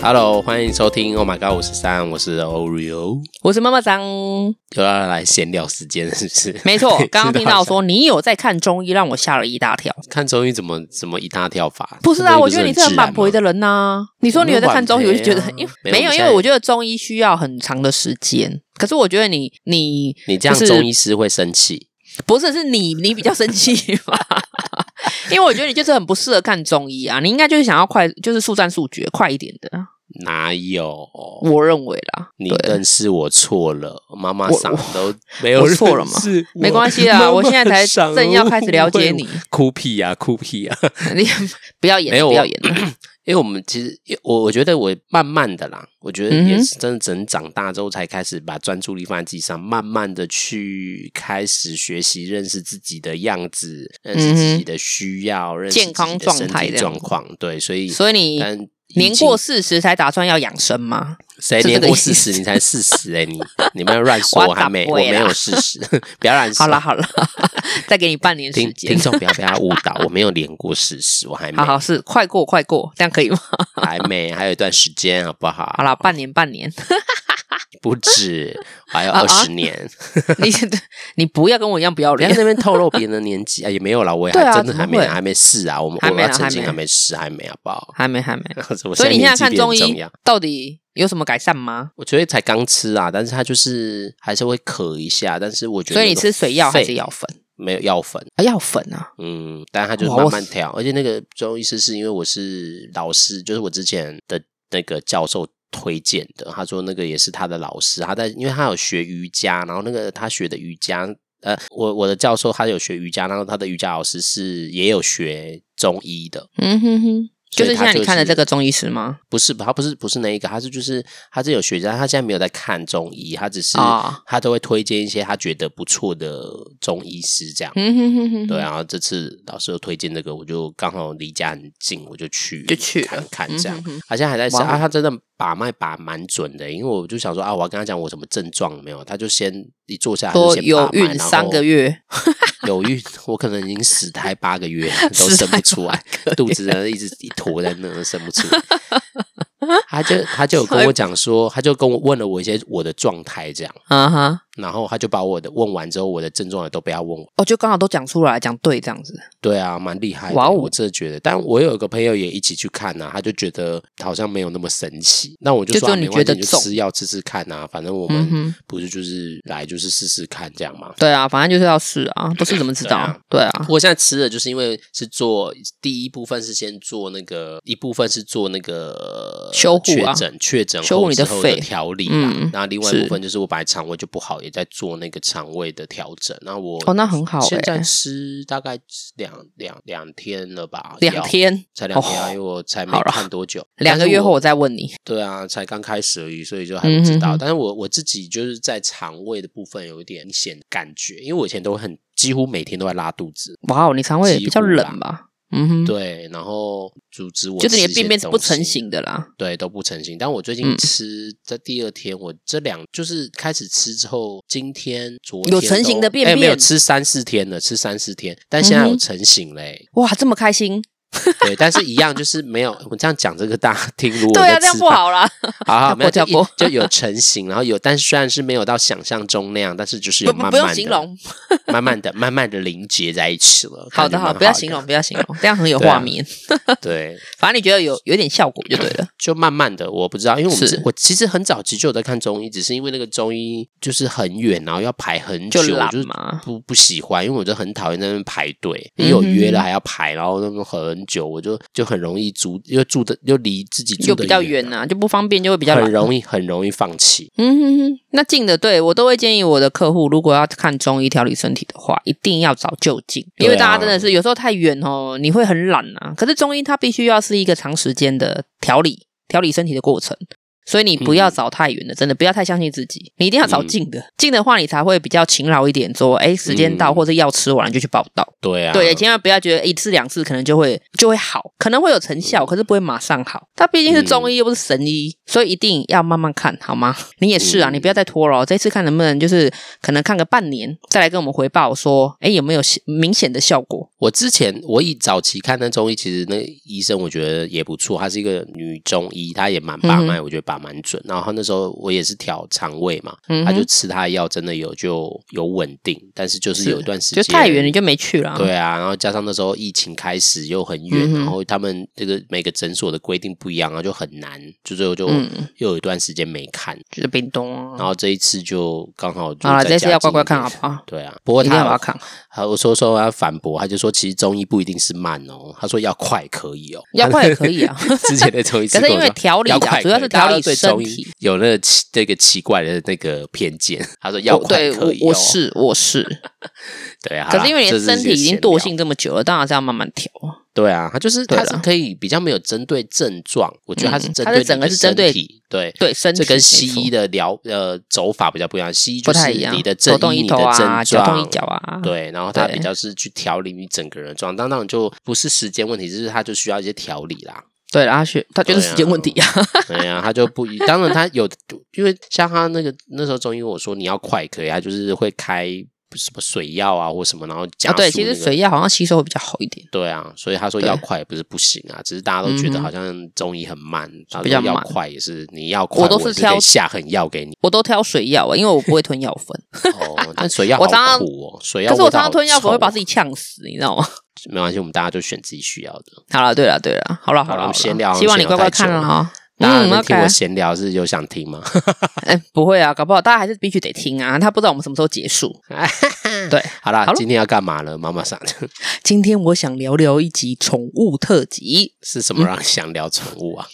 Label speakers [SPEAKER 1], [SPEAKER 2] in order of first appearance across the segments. [SPEAKER 1] Hello，欢迎收听 Oh My God 五十三，我是 Oreo。
[SPEAKER 2] 我是妈妈张，
[SPEAKER 1] 又要来闲聊时间是不是？，
[SPEAKER 2] 没错 刚刚听到
[SPEAKER 1] 知道
[SPEAKER 2] 说你有在看中医，让我吓了一大跳。
[SPEAKER 1] 看中医怎么怎么一大跳法？
[SPEAKER 2] 不是啊，我觉得你是很
[SPEAKER 1] 蛮
[SPEAKER 2] 蛮婆的人呐、你说你有在看中医，
[SPEAKER 1] 我
[SPEAKER 2] 我
[SPEAKER 1] 们
[SPEAKER 2] 就觉得
[SPEAKER 1] 晚培啊
[SPEAKER 2] 因为
[SPEAKER 1] 没有
[SPEAKER 2] 没有，
[SPEAKER 1] 我们
[SPEAKER 2] 因
[SPEAKER 1] 现在
[SPEAKER 2] 为我觉得中医需要很长的时间。可是我觉得你你
[SPEAKER 1] 你这样
[SPEAKER 2] 就是
[SPEAKER 1] 中医师会生气。
[SPEAKER 2] 不是是你你比较生气吧？ 因为我觉得你就是很不适合看中医啊，你应该就是想要快，就是速战速决，快一点的。
[SPEAKER 1] 哪有？
[SPEAKER 2] 我认为啦，
[SPEAKER 1] 你
[SPEAKER 2] 对
[SPEAKER 1] 认识我错了，妈妈
[SPEAKER 2] 我
[SPEAKER 1] 嗓
[SPEAKER 2] 我
[SPEAKER 1] 都没有
[SPEAKER 2] 我错了吗
[SPEAKER 1] 认识我
[SPEAKER 2] 没关系啦，
[SPEAKER 1] 妈妈
[SPEAKER 2] 我现在才
[SPEAKER 1] 嗓
[SPEAKER 2] 正要开始了解你
[SPEAKER 1] 误会，我，哭屁呀、哭屁啊呀、
[SPEAKER 2] 你不要演
[SPEAKER 1] 没
[SPEAKER 2] 了，
[SPEAKER 1] 有
[SPEAKER 2] 不要演了。
[SPEAKER 1] 因为我们其实，因为我我觉得我慢慢的啦，我觉得
[SPEAKER 2] 嗯哼
[SPEAKER 1] 也是真的，整长大之后才开始把专注力放在自己上，慢慢的去开始学习认识自己的样子，认识自己的需要，认识自己
[SPEAKER 2] 嗯健康
[SPEAKER 1] 的身
[SPEAKER 2] 状态
[SPEAKER 1] 体
[SPEAKER 2] 这样
[SPEAKER 1] 状况。对，所以
[SPEAKER 2] 所以你
[SPEAKER 1] 但疫
[SPEAKER 2] 年
[SPEAKER 1] 情
[SPEAKER 2] 过四十才打算要养生吗？
[SPEAKER 1] 谁
[SPEAKER 2] 是这
[SPEAKER 1] 年
[SPEAKER 2] 个
[SPEAKER 1] 过
[SPEAKER 2] 意
[SPEAKER 1] 四十？
[SPEAKER 2] 思
[SPEAKER 1] 你才四十哎，你你们乱说，
[SPEAKER 2] 我
[SPEAKER 1] 我还没我
[SPEAKER 2] 咋不会
[SPEAKER 1] 没
[SPEAKER 2] 啦
[SPEAKER 1] 有四十， 不要乱说。
[SPEAKER 2] 好啦，好啦， 再给你半年时
[SPEAKER 1] 听
[SPEAKER 2] 间
[SPEAKER 1] 听。众不要被他误导，我没有年过四十，我还没
[SPEAKER 2] 好好是快过快过，这样可以吗？
[SPEAKER 1] 还没，还有一段时间好不
[SPEAKER 2] 好
[SPEAKER 1] 好？
[SPEAKER 2] 啦，半年半年，
[SPEAKER 1] 不止，我还有
[SPEAKER 2] 啊
[SPEAKER 1] 二
[SPEAKER 2] 啊
[SPEAKER 1] 十年。
[SPEAKER 2] 你你不要跟我一样不要
[SPEAKER 1] 不要在
[SPEAKER 2] 脸。
[SPEAKER 1] 那边透露别人的年纪啊，也没有啦，我也
[SPEAKER 2] 对
[SPEAKER 1] 还
[SPEAKER 2] 啊
[SPEAKER 1] 真的还没
[SPEAKER 2] 怎么会
[SPEAKER 1] 还没试啊，我们
[SPEAKER 2] 还
[SPEAKER 1] 我
[SPEAKER 2] 没啦
[SPEAKER 1] 要澄清
[SPEAKER 2] 还没
[SPEAKER 1] 还没试，还没好不好？
[SPEAKER 2] 还没还没，
[SPEAKER 1] 我
[SPEAKER 2] 所以你现在看中
[SPEAKER 1] 年纪变得很重
[SPEAKER 2] 医
[SPEAKER 1] 要
[SPEAKER 2] 到底有什么改善吗？
[SPEAKER 1] 我觉得才刚吃啊，但是它就是还是会咳一下，但是我觉得
[SPEAKER 2] 所以你吃水药还
[SPEAKER 1] 肺
[SPEAKER 2] 是药粉？
[SPEAKER 1] 没有药粉，
[SPEAKER 2] 啊，药粉啊，
[SPEAKER 1] 嗯，但它就是
[SPEAKER 2] 哇
[SPEAKER 1] 慢
[SPEAKER 2] 我
[SPEAKER 1] 慢调，而且那个中医师是因为我是老师，就是我之前的那个教授。推荐的，他说那个也是他的老师，他在因为他有学瑜伽，然后那个他学的瑜伽呃，我我的教授他有学瑜伽，然后他的瑜伽老师是也有学中医的，
[SPEAKER 2] 嗯哼哼，就
[SPEAKER 1] 所
[SPEAKER 2] 是
[SPEAKER 1] 以他
[SPEAKER 2] 现在你看的
[SPEAKER 1] 是
[SPEAKER 2] 这个中医师吗？
[SPEAKER 1] 不是他不是不是那一个，他是就是他是有学家，他现在没有在看中医，他只是、
[SPEAKER 2] 哦
[SPEAKER 1] 他都会推荐一些他觉得不错的中医师这样。
[SPEAKER 2] 嗯哼哼哼，
[SPEAKER 1] 对，啊然后这次老师又推荐这个，我就刚好离家很近，我就去
[SPEAKER 2] 就去了
[SPEAKER 1] 看看
[SPEAKER 2] 嗯
[SPEAKER 1] 这样
[SPEAKER 2] 哼。哼
[SPEAKER 1] 他现在还在吃
[SPEAKER 2] 哇哦
[SPEAKER 1] 啊，他真的把脉把蛮准的，因为我就想说啊，我要跟他讲我什么症状没有，他就先一坐下来就
[SPEAKER 2] 说
[SPEAKER 1] 先把
[SPEAKER 2] 有
[SPEAKER 1] 脉
[SPEAKER 2] 孕三个，月，
[SPEAKER 1] 然后有孕，我可能已经死胎八个月 了都生不出来，肚子呢一直一坨在那生不 出来。他就他就有跟我讲说，他就跟我问了我一些我的状态这样，
[SPEAKER 2] 啊哈，
[SPEAKER 1] 然后他就把我的问完之后，我的症状也都不要问我。
[SPEAKER 2] 哦，就刚好都讲出来，讲对这样子，
[SPEAKER 1] 对啊，蛮厉害的。
[SPEAKER 2] 哇哦
[SPEAKER 1] 我真的觉得，但我有个朋友也一起去看呐、啊，他就觉得好像没有那么神奇。那我就
[SPEAKER 2] 就
[SPEAKER 1] 说、
[SPEAKER 2] 只
[SPEAKER 1] 啊、
[SPEAKER 2] 有你
[SPEAKER 1] 没关系
[SPEAKER 2] 觉得
[SPEAKER 1] 你就
[SPEAKER 2] 重
[SPEAKER 1] 吃药吃吃看呐、啊，反正我
[SPEAKER 2] 嗯
[SPEAKER 1] 们
[SPEAKER 2] 哼，
[SPEAKER 1] 不是就是来就是试试看这样嘛。
[SPEAKER 2] 对啊，反正就是要试啊，不试怎么知道啊？对啊，
[SPEAKER 1] 我现在吃的就是因为是做第一部分是先做那个，一部分是做那个
[SPEAKER 2] 修护
[SPEAKER 1] 确
[SPEAKER 2] 啊
[SPEAKER 1] 诊确诊
[SPEAKER 2] 修护
[SPEAKER 1] 后
[SPEAKER 2] 你
[SPEAKER 1] 之
[SPEAKER 2] 的
[SPEAKER 1] 后
[SPEAKER 2] 肺
[SPEAKER 1] 调理啦，
[SPEAKER 2] 嗯
[SPEAKER 1] 然后另外一部
[SPEAKER 2] 是
[SPEAKER 1] 分就是我本来肠胃就不好，也在做那个肠胃的调整。那我
[SPEAKER 2] 哦，那很好
[SPEAKER 1] 现在
[SPEAKER 2] 哎，
[SPEAKER 1] 吃大概两两两天了吧，
[SPEAKER 2] 两
[SPEAKER 1] 药
[SPEAKER 2] 天
[SPEAKER 1] 才两天啊、
[SPEAKER 2] 哦
[SPEAKER 1] 因为我才没
[SPEAKER 2] 好啦
[SPEAKER 1] 看多久，
[SPEAKER 2] 两个月后我嗯
[SPEAKER 1] 但是
[SPEAKER 2] 再问你，
[SPEAKER 1] 对啊，才刚开始而已，所以就还不知道。但是我我自己就是在肠胃的部分有一点明显感觉，因为我以前都很几乎每天都在拉肚子，
[SPEAKER 2] 哇哦，你肠胃
[SPEAKER 1] 几
[SPEAKER 2] 比较
[SPEAKER 1] 乎
[SPEAKER 2] 冷吧？嗯哼，
[SPEAKER 1] 对，然后阻止我
[SPEAKER 2] 就是你
[SPEAKER 1] 吃
[SPEAKER 2] 的
[SPEAKER 1] 一
[SPEAKER 2] 便
[SPEAKER 1] 些
[SPEAKER 2] 便是不
[SPEAKER 1] 东
[SPEAKER 2] 成
[SPEAKER 1] 西
[SPEAKER 2] 形的啦。
[SPEAKER 1] 对，都不成型。但我最近
[SPEAKER 2] 嗯
[SPEAKER 1] 吃这第二天，我这两就是开始吃之后，今天昨天
[SPEAKER 2] 有成型的
[SPEAKER 1] 都
[SPEAKER 2] 便
[SPEAKER 1] 哎没有
[SPEAKER 2] 便
[SPEAKER 1] 吃三四天了，吃三四天，但现在有
[SPEAKER 2] 嗯哼
[SPEAKER 1] 成型嘞、欸
[SPEAKER 2] 哇，这么开心？
[SPEAKER 1] 对，但是一样就是没有。我这样讲这个大家听，如果
[SPEAKER 2] 对啊，
[SPEAKER 1] 在
[SPEAKER 2] 这样
[SPEAKER 1] 吃
[SPEAKER 2] 不
[SPEAKER 1] 饭。
[SPEAKER 2] 好 啦。
[SPEAKER 1] 好好，没有就
[SPEAKER 2] 跳
[SPEAKER 1] 一
[SPEAKER 2] 过
[SPEAKER 1] 就有成型，然后有，但是虽然是没有到想象中那样，但是就是有
[SPEAKER 2] 不
[SPEAKER 1] 慢
[SPEAKER 2] 不
[SPEAKER 1] 慢的、
[SPEAKER 2] 不用形容，
[SPEAKER 1] 慢慢的、慢慢的凝结在一起了。
[SPEAKER 2] 好
[SPEAKER 1] 感觉
[SPEAKER 2] 的
[SPEAKER 1] 蛮好
[SPEAKER 2] 好，不要形容，不要 形容，这样很有
[SPEAKER 1] 对啊
[SPEAKER 2] 画面。
[SPEAKER 1] 的，对，
[SPEAKER 2] 反正你觉得有有点效果就对了。
[SPEAKER 1] 就慢慢的，我不知道，因为我们
[SPEAKER 2] 是
[SPEAKER 1] 是我其实很早期就有在看中医，只是因为那个中医就是很远，然后要排很久，
[SPEAKER 2] 就
[SPEAKER 1] 我
[SPEAKER 2] 懒
[SPEAKER 1] 就是
[SPEAKER 2] 嘛嗯
[SPEAKER 1] 不不喜欢，因为我就很讨厌在那边排队，因为我约了还要排，然后那边很久，我就就很容易住，因为住的又离自己住
[SPEAKER 2] 就
[SPEAKER 1] 的
[SPEAKER 2] 比较远呐、就不方便，就会比较
[SPEAKER 1] 很
[SPEAKER 2] 懒。
[SPEAKER 1] 容易很容易放弃。
[SPEAKER 2] 嗯哼哼，那近的对我都会建议我的客户，如果要看中医调理身体的话，一定要找就近，因为
[SPEAKER 1] 对啊
[SPEAKER 2] 大家真的是有时候太远哦，你会很懒啊。可是中医它必须要是一个长时间的调理调理身体的过程，所以你不要找太远的，真的不要太相信自己，你一定要找近的，近的话你才会比较勤劳一点，说哎时间到
[SPEAKER 1] 嗯
[SPEAKER 2] 或者药吃完了就去报道。
[SPEAKER 1] 对啊，
[SPEAKER 2] 对，千万不要觉得一次两次可能就会就会好，可能会有成
[SPEAKER 1] 嗯
[SPEAKER 2] 效，可是不会马上好。它毕竟是中医又不是神医，所以一定要慢慢看，好吗？你也是啊，
[SPEAKER 1] 嗯
[SPEAKER 2] 你不要再拖了哦，这次看能不能就是可能看个半年，再来跟我们回报说，哎，有没有明显的效果？
[SPEAKER 1] 我之前我以早期看那中医，其实那个医生我觉得也不错，她是一个女中医，她也蛮
[SPEAKER 2] 嗯
[SPEAKER 1] 把脉，我觉得把蛮准。然后那时候我也是调肠胃嘛，
[SPEAKER 2] 嗯
[SPEAKER 1] 她就
[SPEAKER 2] 哼，
[SPEAKER 1] 吃她的药，真的有就有稳定，但是就是
[SPEAKER 2] 是
[SPEAKER 1] 有一段时
[SPEAKER 2] 就
[SPEAKER 1] 间
[SPEAKER 2] 太远你就没去了、啊。
[SPEAKER 1] 对啊，然后加上那时候疫情开始又很远，
[SPEAKER 2] 嗯哼
[SPEAKER 1] 然后他们这个每个诊所的规定不一样啊，就很难，就最后就
[SPEAKER 2] 嗯
[SPEAKER 1] 又有一段时间没看，
[SPEAKER 2] 就是冰冻
[SPEAKER 1] 然
[SPEAKER 2] 啊。
[SPEAKER 1] 后这一次就刚好就
[SPEAKER 2] 好了，
[SPEAKER 1] 在
[SPEAKER 2] 这次
[SPEAKER 1] 家
[SPEAKER 2] 要乖乖
[SPEAKER 1] 近一
[SPEAKER 2] 看
[SPEAKER 1] 点
[SPEAKER 2] 好不好？
[SPEAKER 1] 对啊，不过
[SPEAKER 2] 一定
[SPEAKER 1] 他
[SPEAKER 2] 要把它看，
[SPEAKER 1] 好，我说说我要反驳，他就说其实中医不一定是慢哦，他说要快可以哦，。
[SPEAKER 2] 要快也可以啊
[SPEAKER 1] 之前的中医师
[SPEAKER 2] 可
[SPEAKER 1] 跟
[SPEAKER 2] 是
[SPEAKER 1] 我说，
[SPEAKER 2] 因为调理
[SPEAKER 1] 要
[SPEAKER 2] 啊，
[SPEAKER 1] 快可以，
[SPEAKER 2] 主要是
[SPEAKER 1] 大
[SPEAKER 2] 调
[SPEAKER 1] 家
[SPEAKER 2] 理
[SPEAKER 1] 对
[SPEAKER 2] 身
[SPEAKER 1] 中医
[SPEAKER 2] 体。
[SPEAKER 1] 有那个奇这个奇怪的那个偏见，他说要
[SPEAKER 2] 我
[SPEAKER 1] 快
[SPEAKER 2] 对
[SPEAKER 1] 可
[SPEAKER 2] 我
[SPEAKER 1] 以、哦
[SPEAKER 2] 我是我是，
[SPEAKER 1] 对啊，
[SPEAKER 2] 可是因为你
[SPEAKER 1] 这
[SPEAKER 2] 的身体
[SPEAKER 1] 一个
[SPEAKER 2] 已经
[SPEAKER 1] 闲
[SPEAKER 2] 惰
[SPEAKER 1] 聊
[SPEAKER 2] 性这么久了，当然是要慢慢调啊。
[SPEAKER 1] 对啊，他就是
[SPEAKER 2] 对
[SPEAKER 1] 他
[SPEAKER 2] 啦
[SPEAKER 1] 是可以比较没有针对症状，我觉得他是
[SPEAKER 2] 嗯
[SPEAKER 1] 针
[SPEAKER 2] 它
[SPEAKER 1] 对
[SPEAKER 2] 是
[SPEAKER 1] 你
[SPEAKER 2] 整个
[SPEAKER 1] 的
[SPEAKER 2] 是针对
[SPEAKER 1] 身体对。
[SPEAKER 2] 对，身体
[SPEAKER 1] 这跟
[SPEAKER 2] 没
[SPEAKER 1] 西
[SPEAKER 2] 错
[SPEAKER 1] 医的疗呃走法比较不一样，西医就
[SPEAKER 2] 不太
[SPEAKER 1] 是
[SPEAKER 2] 一样，
[SPEAKER 1] 你的
[SPEAKER 2] 头
[SPEAKER 1] 症
[SPEAKER 2] 动
[SPEAKER 1] 因
[SPEAKER 2] 一
[SPEAKER 1] 你
[SPEAKER 2] 头
[SPEAKER 1] 的
[SPEAKER 2] 啊，
[SPEAKER 1] 症
[SPEAKER 2] 脚动一
[SPEAKER 1] 状，
[SPEAKER 2] 脚啊，
[SPEAKER 1] 对，然后它
[SPEAKER 2] 对
[SPEAKER 1] 比较是去调理你整个人的状态，当然就不是时间问题，就是它就需要一些调理 啦。
[SPEAKER 2] 对，然后学它就是
[SPEAKER 1] 对啊
[SPEAKER 2] 时间问题啊，
[SPEAKER 1] 对呀、它就不一，当然它有，因为像他那个那时候中医跟我说你要快可以，他就是会开什么水药啊或什么，然后加
[SPEAKER 2] 啊
[SPEAKER 1] 速、那个
[SPEAKER 2] 对，其实水药好像吸收会比较好一点，
[SPEAKER 1] 对啊，所以他说
[SPEAKER 2] 对
[SPEAKER 1] 要快也不是不行啊，只是大家都觉
[SPEAKER 2] 嗯
[SPEAKER 1] 得
[SPEAKER 2] 哼
[SPEAKER 1] 好像中医很慢，他说
[SPEAKER 2] 比较
[SPEAKER 1] 要
[SPEAKER 2] 慢
[SPEAKER 1] 快也是你要快，
[SPEAKER 2] 我都
[SPEAKER 1] 是
[SPEAKER 2] 是
[SPEAKER 1] 可以
[SPEAKER 2] 挑
[SPEAKER 1] 下狠药给你
[SPEAKER 2] 我都挑水药啊，因为我不会吞药 粉，
[SPEAKER 1] 哦。但水药
[SPEAKER 2] 我常
[SPEAKER 1] 好
[SPEAKER 2] 常
[SPEAKER 1] 苦哦，水药
[SPEAKER 2] 可是我
[SPEAKER 1] 味道
[SPEAKER 2] 常常
[SPEAKER 1] 好
[SPEAKER 2] 吞药粉会
[SPEAKER 1] 臭啊
[SPEAKER 2] 把自己呛死，你知道吗？
[SPEAKER 1] 没关系，我们大家就选自己需要的。
[SPEAKER 2] 好了，对了，对了，好了，
[SPEAKER 1] 好了
[SPEAKER 2] 了，
[SPEAKER 1] 我们
[SPEAKER 2] 好了
[SPEAKER 1] 闲聊
[SPEAKER 2] 希望你
[SPEAKER 1] 闲聊
[SPEAKER 2] 乖
[SPEAKER 1] 太
[SPEAKER 2] 乖看
[SPEAKER 1] 久
[SPEAKER 2] 了
[SPEAKER 1] 了
[SPEAKER 2] 哈。
[SPEAKER 1] 大家
[SPEAKER 2] 嗯
[SPEAKER 1] 能听
[SPEAKER 2] ，OK，
[SPEAKER 1] 我闲聊是有想听吗？
[SPEAKER 2] 哎，不会啊，搞不好大家还是必须得听啊，他不知道我们什么时候结束。
[SPEAKER 1] 嗯
[SPEAKER 2] 对，
[SPEAKER 1] 好啦，
[SPEAKER 2] 好咯
[SPEAKER 1] 今天要干嘛呢？妈妈桑
[SPEAKER 2] 今天我想聊聊一集宠物特辑，
[SPEAKER 1] 是什么让你想聊宠物 啊？